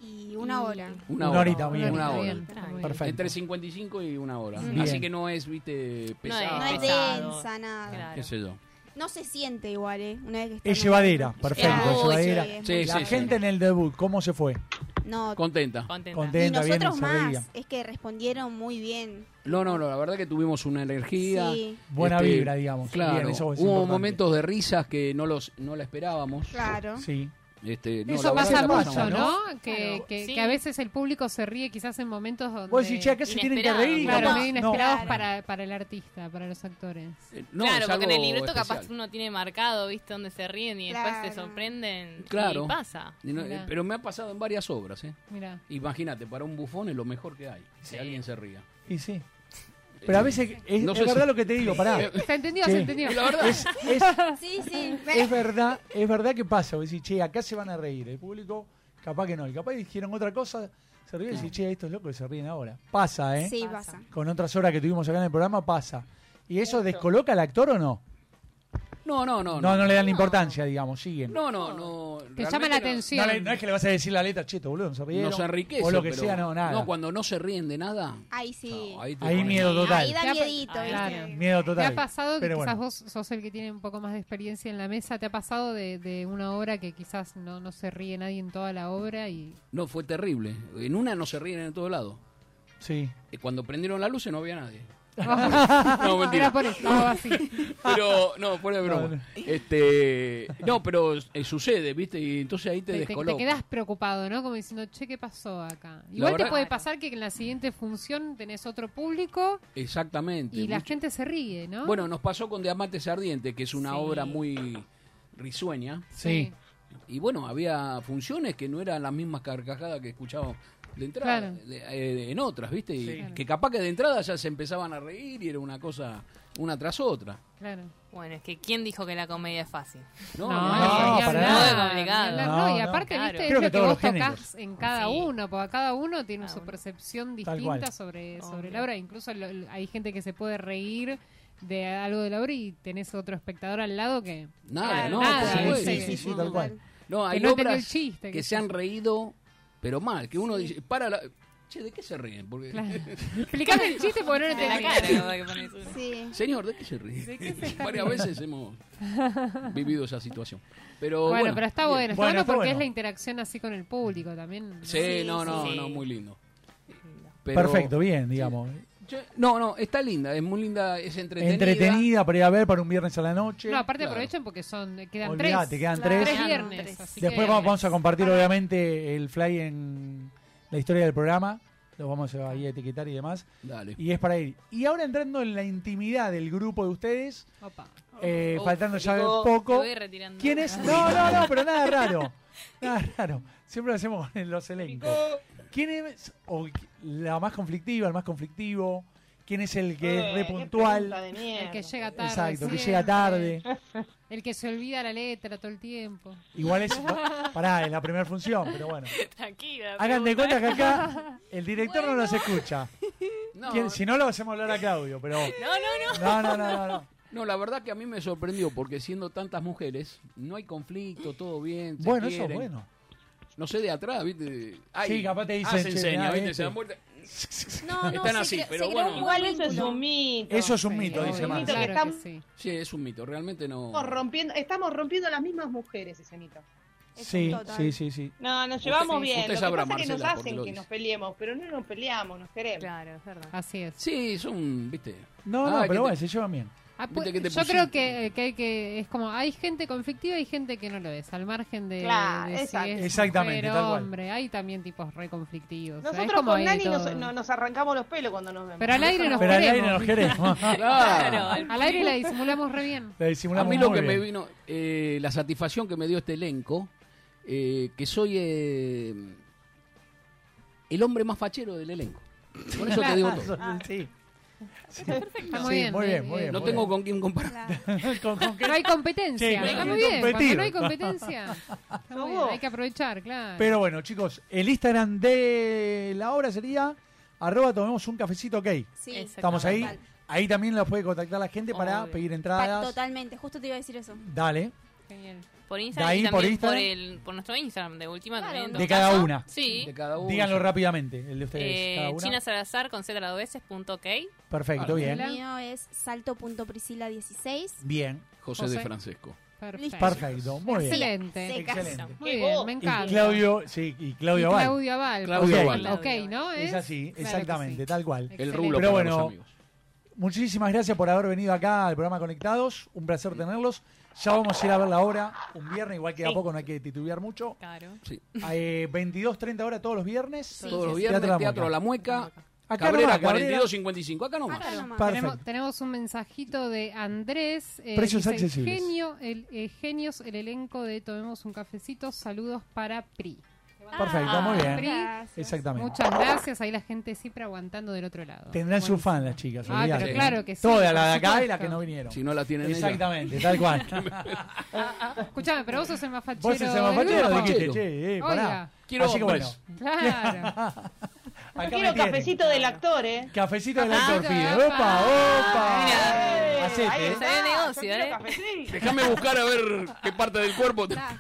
[SPEAKER 11] Y una hora.
[SPEAKER 9] Una,
[SPEAKER 2] Una
[SPEAKER 9] hora.
[SPEAKER 2] horita, muy bien.
[SPEAKER 9] Una hora.
[SPEAKER 3] Bien, está muy bien.
[SPEAKER 2] Perfecto.
[SPEAKER 9] Entre 55 y una hora.
[SPEAKER 2] Bien.
[SPEAKER 9] Así que no es, viste, pesado.
[SPEAKER 11] No es
[SPEAKER 10] Pesado.
[SPEAKER 11] densa, nada.
[SPEAKER 10] Claro.
[SPEAKER 9] Qué sé yo.
[SPEAKER 11] No se siente igual, ¿eh? Una vez que está
[SPEAKER 2] Es
[SPEAKER 11] en-
[SPEAKER 2] llevadera, perfecto,
[SPEAKER 10] Uy,
[SPEAKER 2] es
[SPEAKER 10] sí.
[SPEAKER 2] llevadera.
[SPEAKER 11] Sí, es
[SPEAKER 9] Sí,
[SPEAKER 11] muy-
[SPEAKER 2] La
[SPEAKER 9] sí,
[SPEAKER 2] gente en el debut, ¿cómo se fue?
[SPEAKER 11] No,
[SPEAKER 9] Contenta.
[SPEAKER 10] Contenta.
[SPEAKER 11] y
[SPEAKER 2] Contenta, bien,
[SPEAKER 11] nosotros
[SPEAKER 2] se reía.
[SPEAKER 11] más. Es que respondieron muy bien.
[SPEAKER 9] No, no, no, la verdad que tuvimos una energía.
[SPEAKER 11] Sí.
[SPEAKER 2] Buena
[SPEAKER 9] Este,
[SPEAKER 2] vibra, digamos.
[SPEAKER 9] Claro,
[SPEAKER 2] Bien, eso es
[SPEAKER 9] hubo
[SPEAKER 2] importante.
[SPEAKER 9] momentos de risas que no los no la esperábamos.
[SPEAKER 11] Claro.
[SPEAKER 2] Sí.
[SPEAKER 9] Este, no,
[SPEAKER 3] Eso
[SPEAKER 9] la verdad
[SPEAKER 3] pasa
[SPEAKER 9] que la pasamos
[SPEAKER 3] mucho,
[SPEAKER 9] bien.
[SPEAKER 3] ¿no? Que,
[SPEAKER 10] Claro.
[SPEAKER 3] que,
[SPEAKER 10] Sí.
[SPEAKER 3] que a veces el público se ríe quizás en momentos donde...
[SPEAKER 2] Vos decís, che, acá se tienen que
[SPEAKER 10] Inesperado,
[SPEAKER 2] reír. y
[SPEAKER 3] Claro,
[SPEAKER 2] capaz-
[SPEAKER 3] medio
[SPEAKER 2] no.
[SPEAKER 3] inesperados
[SPEAKER 11] Claro.
[SPEAKER 3] para, para el artista, para los actores.
[SPEAKER 9] Eh, no,
[SPEAKER 10] claro,
[SPEAKER 9] es
[SPEAKER 10] porque en el
[SPEAKER 9] algo
[SPEAKER 10] libreto capaz
[SPEAKER 9] especial.
[SPEAKER 10] uno tiene marcado, ¿viste? Donde se ríen y después se
[SPEAKER 11] Claro.
[SPEAKER 10] sorprenden.
[SPEAKER 9] Claro.
[SPEAKER 10] Y pasa.
[SPEAKER 9] Y no, eh,
[SPEAKER 3] Mirá.
[SPEAKER 9] Pero me ha pasado en varias obras, ¿eh?
[SPEAKER 3] Mira.
[SPEAKER 9] Imagínate, para un bufón es lo mejor que hay. Si
[SPEAKER 10] Sí.
[SPEAKER 9] alguien se ría.
[SPEAKER 2] Y sí. Pero a veces es,
[SPEAKER 9] No
[SPEAKER 2] es
[SPEAKER 9] sé
[SPEAKER 2] verdad
[SPEAKER 9] si-
[SPEAKER 2] lo que te digo, pará.
[SPEAKER 9] Eh,
[SPEAKER 3] Se entendió,
[SPEAKER 2] Sí.
[SPEAKER 3] se entendió.
[SPEAKER 9] la verdad
[SPEAKER 2] Es, es,
[SPEAKER 11] Sí, sí.
[SPEAKER 2] es verdad, es verdad que pasa. Vos decís, che, acá se van a reír. El público, capaz que no. Y capaz dijeron otra cosa, se ríen y decís, che, estos locos se ríen ahora. Pasa, ¿eh?
[SPEAKER 11] Sí, pasa.
[SPEAKER 2] Con otras horas que tuvimos acá en el programa, pasa. ¿Y eso descoloca al actor o no?
[SPEAKER 9] No, no, no.
[SPEAKER 2] No, no, le dan la importancia, digamos, siguen.
[SPEAKER 9] No, no, no.
[SPEAKER 3] Te
[SPEAKER 9] realmente
[SPEAKER 3] llama la
[SPEAKER 9] no-
[SPEAKER 3] atención.
[SPEAKER 2] No le- no es que le vas a decir la letra, cheto, boludo, no se rieron",
[SPEAKER 9] Nos enriquece.
[SPEAKER 2] O lo que
[SPEAKER 9] pero-
[SPEAKER 2] sea, no, nada.
[SPEAKER 9] No, cuando no se ríen de nada.
[SPEAKER 11] Ahí sí.
[SPEAKER 9] chao, ahí te
[SPEAKER 2] Ahí
[SPEAKER 9] ponen-
[SPEAKER 2] miedo total.
[SPEAKER 11] Ahí da
[SPEAKER 3] Te ha-
[SPEAKER 11] miedito, ¿viste?
[SPEAKER 3] Claro.
[SPEAKER 2] Miedo total.
[SPEAKER 3] ¿Te ha pasado que
[SPEAKER 2] Pero
[SPEAKER 3] quizás
[SPEAKER 2] bueno.
[SPEAKER 3] vos sos el que tiene un poco más de experiencia en la mesa? ¿Te ha pasado de, de una obra que quizás no, no se ríe nadie en toda la obra? y
[SPEAKER 9] No, fue terrible. En una no se ríen en todo lado.
[SPEAKER 2] Sí.
[SPEAKER 9] Eh, Cuando prendieron la luz no había nadie. no,
[SPEAKER 3] Era
[SPEAKER 9] mentira.
[SPEAKER 3] por eso, estaba así.
[SPEAKER 9] Pero, no, fuera de
[SPEAKER 2] No, no.
[SPEAKER 9] broma. Este, no, pero eh, sucede, ¿viste? Y entonces ahí te,
[SPEAKER 3] Te, te- te
[SPEAKER 9] descoloca.
[SPEAKER 3] quedás preocupado, ¿no? Como diciendo, che, ¿qué pasó acá? Igual
[SPEAKER 9] verdad-
[SPEAKER 3] te puede pasar que en la siguiente función tenés otro público
[SPEAKER 9] Exactamente.
[SPEAKER 3] y la
[SPEAKER 9] Mucho-
[SPEAKER 3] gente se ríe, ¿no?
[SPEAKER 9] Bueno, nos pasó con Diamantes Ardientes, que es una
[SPEAKER 10] Sí.
[SPEAKER 9] obra muy risueña.
[SPEAKER 2] Sí.
[SPEAKER 9] Y bueno, había funciones que no eran las mismas carcajadas que escuchábamos de entrada,
[SPEAKER 3] Claro.
[SPEAKER 9] de- eh, en otras, ¿viste? Y
[SPEAKER 2] Sí.
[SPEAKER 3] Claro.
[SPEAKER 9] Que capaz que de entrada ya se empezaban a reír y era una cosa, una tras otra.
[SPEAKER 3] Claro.
[SPEAKER 10] Bueno, es que ¿quién dijo que la comedia es fácil?
[SPEAKER 9] No,
[SPEAKER 2] no,
[SPEAKER 3] ni
[SPEAKER 9] es-
[SPEAKER 2] para
[SPEAKER 3] hablar, ni
[SPEAKER 2] nada.
[SPEAKER 10] Muy complicado.
[SPEAKER 3] hablar,
[SPEAKER 2] No,
[SPEAKER 3] No, y
[SPEAKER 2] no.
[SPEAKER 3] aparte,
[SPEAKER 10] Claro.
[SPEAKER 3] viste,
[SPEAKER 2] Creo
[SPEAKER 3] es
[SPEAKER 2] que
[SPEAKER 3] lo que
[SPEAKER 2] todos
[SPEAKER 3] vos tocás
[SPEAKER 2] los géneros. Ah,
[SPEAKER 3] en cada
[SPEAKER 10] Sí.
[SPEAKER 3] uno, porque cada uno tiene
[SPEAKER 10] Cada
[SPEAKER 3] su
[SPEAKER 10] uno.
[SPEAKER 3] percepción
[SPEAKER 2] Tal cual.
[SPEAKER 3] distinta sobre, sobre
[SPEAKER 10] Obvio.
[SPEAKER 3] la obra. Incluso lo- lo- hay gente que se puede reír de algo de la obra y tenés otro espectador al lado que...
[SPEAKER 9] Nada,
[SPEAKER 10] Claro,
[SPEAKER 9] no,
[SPEAKER 3] nada,
[SPEAKER 9] por supuesto.
[SPEAKER 2] sí,
[SPEAKER 3] ese-
[SPEAKER 2] sí, sí, tal cual.
[SPEAKER 9] No, hay
[SPEAKER 3] no entendió
[SPEAKER 9] obras
[SPEAKER 3] el chiste,
[SPEAKER 9] que
[SPEAKER 3] que
[SPEAKER 9] se
[SPEAKER 3] sí.
[SPEAKER 9] han reído, pero mal, que uno dice, para la... Che, ¿de qué se ríen? Porque...
[SPEAKER 3] Claro. Explicame el chiste porque no lo
[SPEAKER 10] En la
[SPEAKER 3] entendí.
[SPEAKER 10] cara, la verdad, que pones uno.
[SPEAKER 11] Sí.
[SPEAKER 9] Señor, ¿de qué se ríen?
[SPEAKER 3] ¿De qué se está
[SPEAKER 9] Varias veces hemos vivido esa situación. Pero,
[SPEAKER 3] Bueno,
[SPEAKER 9] bueno,
[SPEAKER 3] pero está bueno, está
[SPEAKER 2] Bueno,
[SPEAKER 3] bueno
[SPEAKER 2] está
[SPEAKER 3] porque
[SPEAKER 2] bueno.
[SPEAKER 3] es la interacción así con el público también. ¿no?
[SPEAKER 9] Sí, no, no,
[SPEAKER 10] sí.
[SPEAKER 9] no, muy lindo. Pero-
[SPEAKER 2] Perfecto, bien, digamos.
[SPEAKER 9] Yo- no, no, está linda, es muy linda, es entretenida.
[SPEAKER 2] Entretenida para ir a ver para un viernes a la noche.
[SPEAKER 3] No, aparte
[SPEAKER 9] claro.
[SPEAKER 3] aprovechen porque son eh, quedan
[SPEAKER 2] Este, Olvidate,
[SPEAKER 3] tres.
[SPEAKER 2] quedan
[SPEAKER 11] Claro.
[SPEAKER 2] tres.
[SPEAKER 3] Tres
[SPEAKER 11] Quedan
[SPEAKER 3] viernes.
[SPEAKER 11] tres.
[SPEAKER 3] así
[SPEAKER 2] Después
[SPEAKER 3] que-
[SPEAKER 2] vamos, vamos a compartir, obviamente, el fly en la historia del programa. Lo vamos a ahí a etiquetar y demás.
[SPEAKER 9] Dale.
[SPEAKER 2] Y es para ir. Y ahora entrando en la intimidad del grupo de ustedes,
[SPEAKER 3] Opa.
[SPEAKER 2] eh,
[SPEAKER 10] Uf,
[SPEAKER 2] faltando ya
[SPEAKER 10] digo, me
[SPEAKER 2] poco.
[SPEAKER 10] voy retirando.
[SPEAKER 2] ¿Quién es? No, no, no, pero nada raro. Nada raro. Siempre lo hacemos con los elencos. ¿Quién es o qui- la más conflictiva, el más conflictivo? ¿Quién es el que es re puntual?
[SPEAKER 3] El que llega tarde.
[SPEAKER 2] Exacto,
[SPEAKER 3] siempre.
[SPEAKER 2] que llega tarde.
[SPEAKER 3] El que se olvida la letra todo el tiempo.
[SPEAKER 2] Igual es. Pará, en la primera función, pero bueno.
[SPEAKER 10] Tranquila.
[SPEAKER 2] Hagan de
[SPEAKER 10] pregunta.
[SPEAKER 2] cuenta que acá el director no nos escucha.
[SPEAKER 9] No,
[SPEAKER 2] ¿Quién- Si no, lo hacemos hablar a Claudio, pero.
[SPEAKER 10] No, no, no.
[SPEAKER 2] No, no, no, no. no.
[SPEAKER 9] no, la verdad que a mí me sorprendió porque siendo tantas mujeres, no hay conflicto, todo bien. se
[SPEAKER 2] Bueno, eso es
[SPEAKER 9] quieren.
[SPEAKER 2] bueno.
[SPEAKER 9] No sé de atrás, ¿viste? Ay,
[SPEAKER 2] Sí, capaz te dicen,
[SPEAKER 9] Hacen
[SPEAKER 2] che,
[SPEAKER 9] señas,
[SPEAKER 2] mirá,
[SPEAKER 9] ¿viste?
[SPEAKER 2] este.
[SPEAKER 9] Se dan vuelta.
[SPEAKER 11] No, no,
[SPEAKER 9] Están
[SPEAKER 11] se
[SPEAKER 9] así,
[SPEAKER 11] creó-
[SPEAKER 9] pero
[SPEAKER 11] se creó
[SPEAKER 9] bueno.
[SPEAKER 11] un
[SPEAKER 4] Igual eso es
[SPEAKER 11] vínculo.
[SPEAKER 4] un mito.
[SPEAKER 9] Eso es un mito,
[SPEAKER 4] Sí,
[SPEAKER 9] dice
[SPEAKER 4] un
[SPEAKER 9] más.
[SPEAKER 4] mito que estamos
[SPEAKER 9] Sí, es un mito, realmente no.
[SPEAKER 4] rompiendo, estamos rompiendo las mismas mujeres ese mito.
[SPEAKER 2] Sí,
[SPEAKER 4] total.
[SPEAKER 2] sí, sí, sí.
[SPEAKER 4] No, nos llevamos
[SPEAKER 9] Usted-
[SPEAKER 4] bien.
[SPEAKER 9] usted
[SPEAKER 4] lo
[SPEAKER 9] sabrá,
[SPEAKER 4] que pasa es que nos
[SPEAKER 9] Marcela, por qué lo
[SPEAKER 4] hacen que
[SPEAKER 9] dice.
[SPEAKER 4] nos peleemos, pero no nos peleamos, nos queremos.
[SPEAKER 10] Claro, es verdad.
[SPEAKER 3] Así es.
[SPEAKER 9] Sí, son, viste.
[SPEAKER 2] No,
[SPEAKER 9] Ah, que
[SPEAKER 2] no, pero
[SPEAKER 9] te- pues,
[SPEAKER 2] bueno, se llevan bien.
[SPEAKER 3] Ah,
[SPEAKER 9] Viste
[SPEAKER 3] pu-
[SPEAKER 9] que te
[SPEAKER 3] yo
[SPEAKER 9] pusiste.
[SPEAKER 3] creo que, que hay que es como hay gente conflictiva y gente que no lo es al margen de,
[SPEAKER 4] Claro,
[SPEAKER 3] de si
[SPEAKER 4] exacto.
[SPEAKER 3] es
[SPEAKER 2] Exactamente,
[SPEAKER 3] mujer,
[SPEAKER 2] tal cual.
[SPEAKER 3] hombre hay también tipos reconflictivos o sea, es
[SPEAKER 4] Nosotros
[SPEAKER 3] como
[SPEAKER 4] con
[SPEAKER 3] hay
[SPEAKER 4] Nani
[SPEAKER 3] de
[SPEAKER 4] nos,
[SPEAKER 3] todo.
[SPEAKER 4] no- nos arrancamos los pelos cuando nos vemos.
[SPEAKER 3] Pero al aire nos
[SPEAKER 2] Pero al
[SPEAKER 3] queremos.
[SPEAKER 2] aire nos queremos.
[SPEAKER 9] Claro.
[SPEAKER 3] Al aire la disimulamos re bien.
[SPEAKER 2] La disimulamos
[SPEAKER 9] a mí lo
[SPEAKER 2] muy
[SPEAKER 9] que
[SPEAKER 2] bien.
[SPEAKER 9] me vino, eh, la satisfacción que me dio este elenco, eh, que soy eh, el hombre más fachero del elenco. Con eso te digo todo.
[SPEAKER 2] Ah, Sí. Sí.
[SPEAKER 3] Está muy
[SPEAKER 2] Sí,
[SPEAKER 3] bien,
[SPEAKER 2] muy
[SPEAKER 3] eh,
[SPEAKER 2] bien, muy
[SPEAKER 3] eh,
[SPEAKER 2] bien.
[SPEAKER 9] No
[SPEAKER 2] muy
[SPEAKER 9] tengo
[SPEAKER 2] bien.
[SPEAKER 9] con quién comparar.
[SPEAKER 2] ¿Con- con qué?
[SPEAKER 3] No hay competencia.
[SPEAKER 2] Sí, claro.
[SPEAKER 3] Está
[SPEAKER 2] Hay
[SPEAKER 3] muy
[SPEAKER 2] que
[SPEAKER 3] bien. Cuando
[SPEAKER 2] competir.
[SPEAKER 3] no hay competencia, está muy bien, hay que aprovechar, claro.
[SPEAKER 2] Pero bueno, chicos, el Instagram de la obra sería arroba tomemos un cafecito ok.
[SPEAKER 11] Sí,
[SPEAKER 2] Estamos ahí.
[SPEAKER 11] total.
[SPEAKER 2] Ahí también los puede contactar la gente para
[SPEAKER 10] Obvio.
[SPEAKER 2] pedir
[SPEAKER 11] Pa-
[SPEAKER 2] entradas.
[SPEAKER 11] Totalmente, justo te iba a decir eso.
[SPEAKER 2] Dale.
[SPEAKER 10] Por Instagram
[SPEAKER 2] De ahí,
[SPEAKER 10] y también
[SPEAKER 2] por
[SPEAKER 10] por,
[SPEAKER 2] Instagram.
[SPEAKER 10] el, por nuestro Instagram de última
[SPEAKER 11] Claro.
[SPEAKER 10] también, en
[SPEAKER 2] De
[SPEAKER 10] todo
[SPEAKER 2] cada
[SPEAKER 10] caso.
[SPEAKER 2] una.
[SPEAKER 10] Sí.
[SPEAKER 9] De cada uno.
[SPEAKER 2] Díganlo rápidamente, el de ustedes.
[SPEAKER 10] Eh,
[SPEAKER 2] cada una.
[SPEAKER 10] China Salazar con Z dos veces punto ok.
[SPEAKER 2] Perfecto,
[SPEAKER 9] Hola.
[SPEAKER 2] bien.
[SPEAKER 11] El mío es salto.priscila16.
[SPEAKER 2] Bien.
[SPEAKER 9] José,
[SPEAKER 3] José.
[SPEAKER 9] de Francesco.
[SPEAKER 3] Perfecto.
[SPEAKER 2] Perfecto, muy bien.
[SPEAKER 3] Excelente.
[SPEAKER 11] Se casó.
[SPEAKER 2] Excelente.
[SPEAKER 3] Muy bien, me
[SPEAKER 2] Y
[SPEAKER 3] encanta.
[SPEAKER 2] Claudio, sí, y
[SPEAKER 3] Y
[SPEAKER 2] Claudio Abad.
[SPEAKER 3] Claudio Abal.
[SPEAKER 9] Claudio
[SPEAKER 3] Ok,
[SPEAKER 9] Abal.
[SPEAKER 3] Ok, ¿no?
[SPEAKER 2] Es así,
[SPEAKER 3] Claro que
[SPEAKER 2] Ah, exactamente,
[SPEAKER 3] sí.
[SPEAKER 2] tal cual.
[SPEAKER 9] El
[SPEAKER 3] Excelente.
[SPEAKER 9] rulo
[SPEAKER 2] Pero
[SPEAKER 9] para
[SPEAKER 2] bueno,
[SPEAKER 9] los amigos.
[SPEAKER 2] Muchísimas gracias por haber venido acá al programa Conectados. Un placer tenerlos. Ya vamos a ir a ver la hora un viernes, igual que a
[SPEAKER 10] Sí.
[SPEAKER 2] poco no hay que titubear mucho.
[SPEAKER 10] Claro.
[SPEAKER 9] Sí.
[SPEAKER 2] A, Eh, 22, 30 horas todos los viernes.
[SPEAKER 9] Todos los viernes,
[SPEAKER 2] La
[SPEAKER 9] Teatro La
[SPEAKER 2] Mueca.
[SPEAKER 9] Mueca.
[SPEAKER 2] Acá
[SPEAKER 9] Cabrera
[SPEAKER 2] nomás, Cabrera.
[SPEAKER 9] 4255. Acá nomás.
[SPEAKER 11] Acá nomás.
[SPEAKER 2] Pa-
[SPEAKER 3] Tenemos,
[SPEAKER 2] Perfecto.
[SPEAKER 3] tenemos un mensajito de Andrés. eh,
[SPEAKER 2] Precios
[SPEAKER 3] dice,
[SPEAKER 2] accesibles.
[SPEAKER 3] Genio, el, eh, genios, el elenco de Tomemos un cafecito. Saludos para PRI.
[SPEAKER 2] Perfecto, muy bien.
[SPEAKER 11] gracias.
[SPEAKER 2] Exactamente.
[SPEAKER 3] Muchas gracias. Ahí la gente siempre aguantando del otro lado.
[SPEAKER 2] Tendrán
[SPEAKER 3] Buenísimo.
[SPEAKER 2] su fan las chicas.
[SPEAKER 3] Ah,
[SPEAKER 2] olvídate.
[SPEAKER 3] pero claro que sí.
[SPEAKER 2] Todas,
[SPEAKER 3] por
[SPEAKER 2] la de acá y
[SPEAKER 3] supuesto.
[SPEAKER 2] las que no vinieron.
[SPEAKER 9] Si no la tienen ellos.
[SPEAKER 2] Exactamente, tal cual.
[SPEAKER 3] Escuchame, pero vos sos el más fachero.
[SPEAKER 2] Vos sos el más
[SPEAKER 3] del
[SPEAKER 2] fachero,
[SPEAKER 3] grupo.
[SPEAKER 2] dijiste,
[SPEAKER 9] Fachero.
[SPEAKER 2] che, eh,
[SPEAKER 3] Oiga.
[SPEAKER 2] pará.
[SPEAKER 9] Quiero
[SPEAKER 2] Así que bueno.
[SPEAKER 9] hombres.
[SPEAKER 3] Claro.
[SPEAKER 2] acá
[SPEAKER 4] Quiero
[SPEAKER 2] me tienen.
[SPEAKER 4] cafecito del actor, ¿eh?
[SPEAKER 2] Cafecito del actor
[SPEAKER 3] Cafecito
[SPEAKER 2] pide.
[SPEAKER 3] del
[SPEAKER 2] Opa,
[SPEAKER 4] Eh,
[SPEAKER 2] opa. Hacete,
[SPEAKER 4] ahí
[SPEAKER 2] eh.
[SPEAKER 4] está,
[SPEAKER 10] Se ve
[SPEAKER 4] yo
[SPEAKER 10] negocio,
[SPEAKER 4] quiero
[SPEAKER 10] ¿eh?
[SPEAKER 4] cafecito.
[SPEAKER 9] Déjame buscar a ver qué parte del cuerpo. te-
[SPEAKER 11] Ta.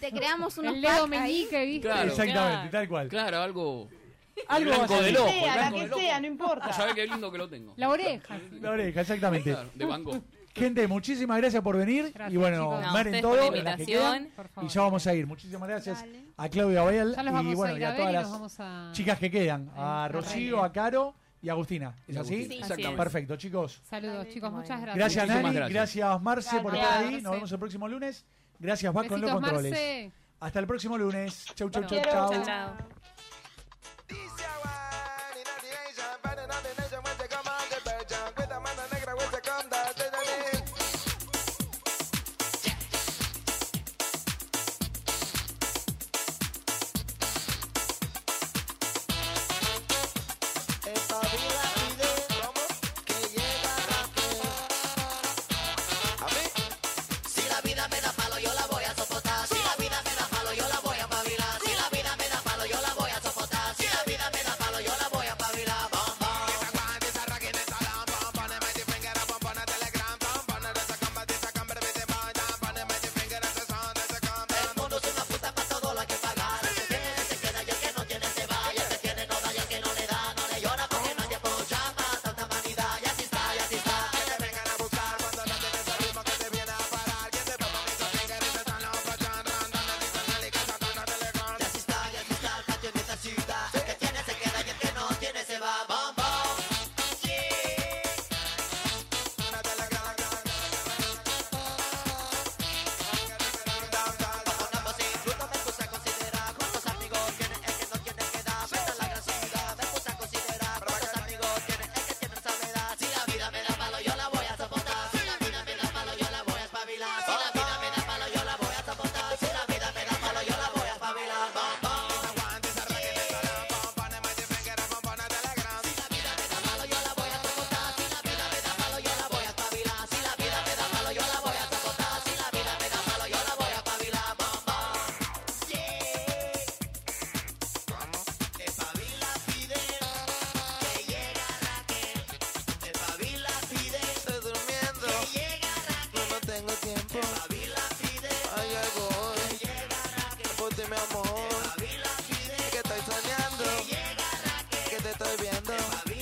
[SPEAKER 11] Te creamos unos
[SPEAKER 3] El dedo
[SPEAKER 11] pack ahí.
[SPEAKER 3] meñique, ¿viste?
[SPEAKER 9] Claro.
[SPEAKER 2] Exactamente, tal cual.
[SPEAKER 9] Claro, algo.
[SPEAKER 2] Algo va a
[SPEAKER 9] blanco
[SPEAKER 2] salir.
[SPEAKER 9] del ojo.
[SPEAKER 4] Sea, la
[SPEAKER 9] blanco
[SPEAKER 4] que
[SPEAKER 9] del ojo.
[SPEAKER 4] sea, no importa.
[SPEAKER 9] Sabe qué lindo que lo tengo.
[SPEAKER 3] La oreja.
[SPEAKER 2] La oreja, exactamente.
[SPEAKER 9] Claro, de Van Gogh.
[SPEAKER 2] Gente, muchísimas gracias por venir.
[SPEAKER 3] Gracias,
[SPEAKER 2] y bueno,
[SPEAKER 3] chicos.
[SPEAKER 10] No,
[SPEAKER 2] mar en
[SPEAKER 10] ustedes
[SPEAKER 2] todo.
[SPEAKER 10] por la
[SPEAKER 2] en las que
[SPEAKER 10] invitación.
[SPEAKER 2] quedan.
[SPEAKER 3] Por favor.
[SPEAKER 2] y ya vamos a ir. Muchísimas gracias
[SPEAKER 11] Dale.
[SPEAKER 2] a Claudia Abel
[SPEAKER 3] Ya los vamos
[SPEAKER 2] y bueno,
[SPEAKER 3] a
[SPEAKER 2] y
[SPEAKER 3] ir a
[SPEAKER 2] a
[SPEAKER 3] ver
[SPEAKER 2] todas
[SPEAKER 3] y
[SPEAKER 2] las
[SPEAKER 3] nos vamos a...
[SPEAKER 2] chicas que quedan.
[SPEAKER 3] A
[SPEAKER 2] A Rocío, a Caro y a Agustina. ¿Es
[SPEAKER 9] Y
[SPEAKER 2] así?
[SPEAKER 9] Agustín,
[SPEAKER 11] Sí.
[SPEAKER 9] Exactamente.
[SPEAKER 2] Perfecto, chicos.
[SPEAKER 3] Saludos, chicos. Muchas gracias.
[SPEAKER 2] Gracias,
[SPEAKER 9] Muchísimas
[SPEAKER 2] Nani.
[SPEAKER 9] gracias.
[SPEAKER 2] Gracias, Marce, por
[SPEAKER 3] Gracias,
[SPEAKER 2] estar ahí. Nos
[SPEAKER 3] Marce.
[SPEAKER 2] vemos el próximo lunes. Gracias, Vasco con los
[SPEAKER 3] Besitos,
[SPEAKER 2] controles.
[SPEAKER 3] Marce.
[SPEAKER 2] Hasta el próximo lunes. Chau, chau, chau,
[SPEAKER 4] quiero.
[SPEAKER 2] chau.
[SPEAKER 10] Chao, chao.
[SPEAKER 13] Dice Aguani, Nati Nation, Padre Nati Nation, Wenche con Manche Percha, Cuesta Manta Negra, Wenche con Dante Janine. Esta vida pide que llega rápido. A mí. Si la vida me da palo, yo la voy a soportar. Si la vida me da palo, yo la voy a pavilar. Si la vida me da palo, yo la voy a soportar. Si la vida me da palo, yo la voy a pavilar. Bom, bom. Esa guan, esa raquín, esa lam, bom. Pone mighty finger, bom, pone telegram, bom. Pone de esa comba, de esa comba, de esa banda. Pone mighty finger, ese son, de esa comba. El mundo es una puta para todo lo que pagar. El que tiene, se queda, y el que no tiene, se va. Y el que tiene, no da, y el que no le da. No le llora porque nadie apoya más tanta vanidad. Y así está, y así está. Que te vengan a buscar cuando no tienes el ritmo que te viene a parar. Que te pongan esos fingers, esos son los pochón, ron, ron, así son el y que son unos telegram. Y así está, y así está el patio en esta ciudad. El que tiene se queda y el que no tiene se va. Bom, bom. Yeah. Una telegram, Pongamos sin fruto, me puse a considerar cuántos amigos tiene el que no tiene que dar. Esta es la gran ciudad, me puse a considerar cuántos amigos tiene el que tiene esa edad. Si la vida me da palo, yo la voy a soportar. Si la vida me da palo, yo la voy a espabilar. Si la vida me da palo, yo la voy a soportar. Si la vida me da palo, yo la voy a espabilar. Bom, bom. Esa guante, esa raqueta, esa lampa, pone mighty finger, pone telegram. Si la vida me da palo, yo la voy a soportar. Si la vida me da palo, yo la voy a espabilar. Si la vida me da palo, yo la voy a soportar. Si la vida me da palo, yo la voy a espabilar. Bom, bom. Yeah. Espabila pide que llega Raquel. Espabila pide estoy durmiendo. Que llega Raquel. No, no tengo tiempo. Espabila pide hay algo hoy. Que llega Raquel. Por ti, mi amor. Espabila pide que estoy soñando. Que llega Raquel.
[SPEAKER 12] rompiendo.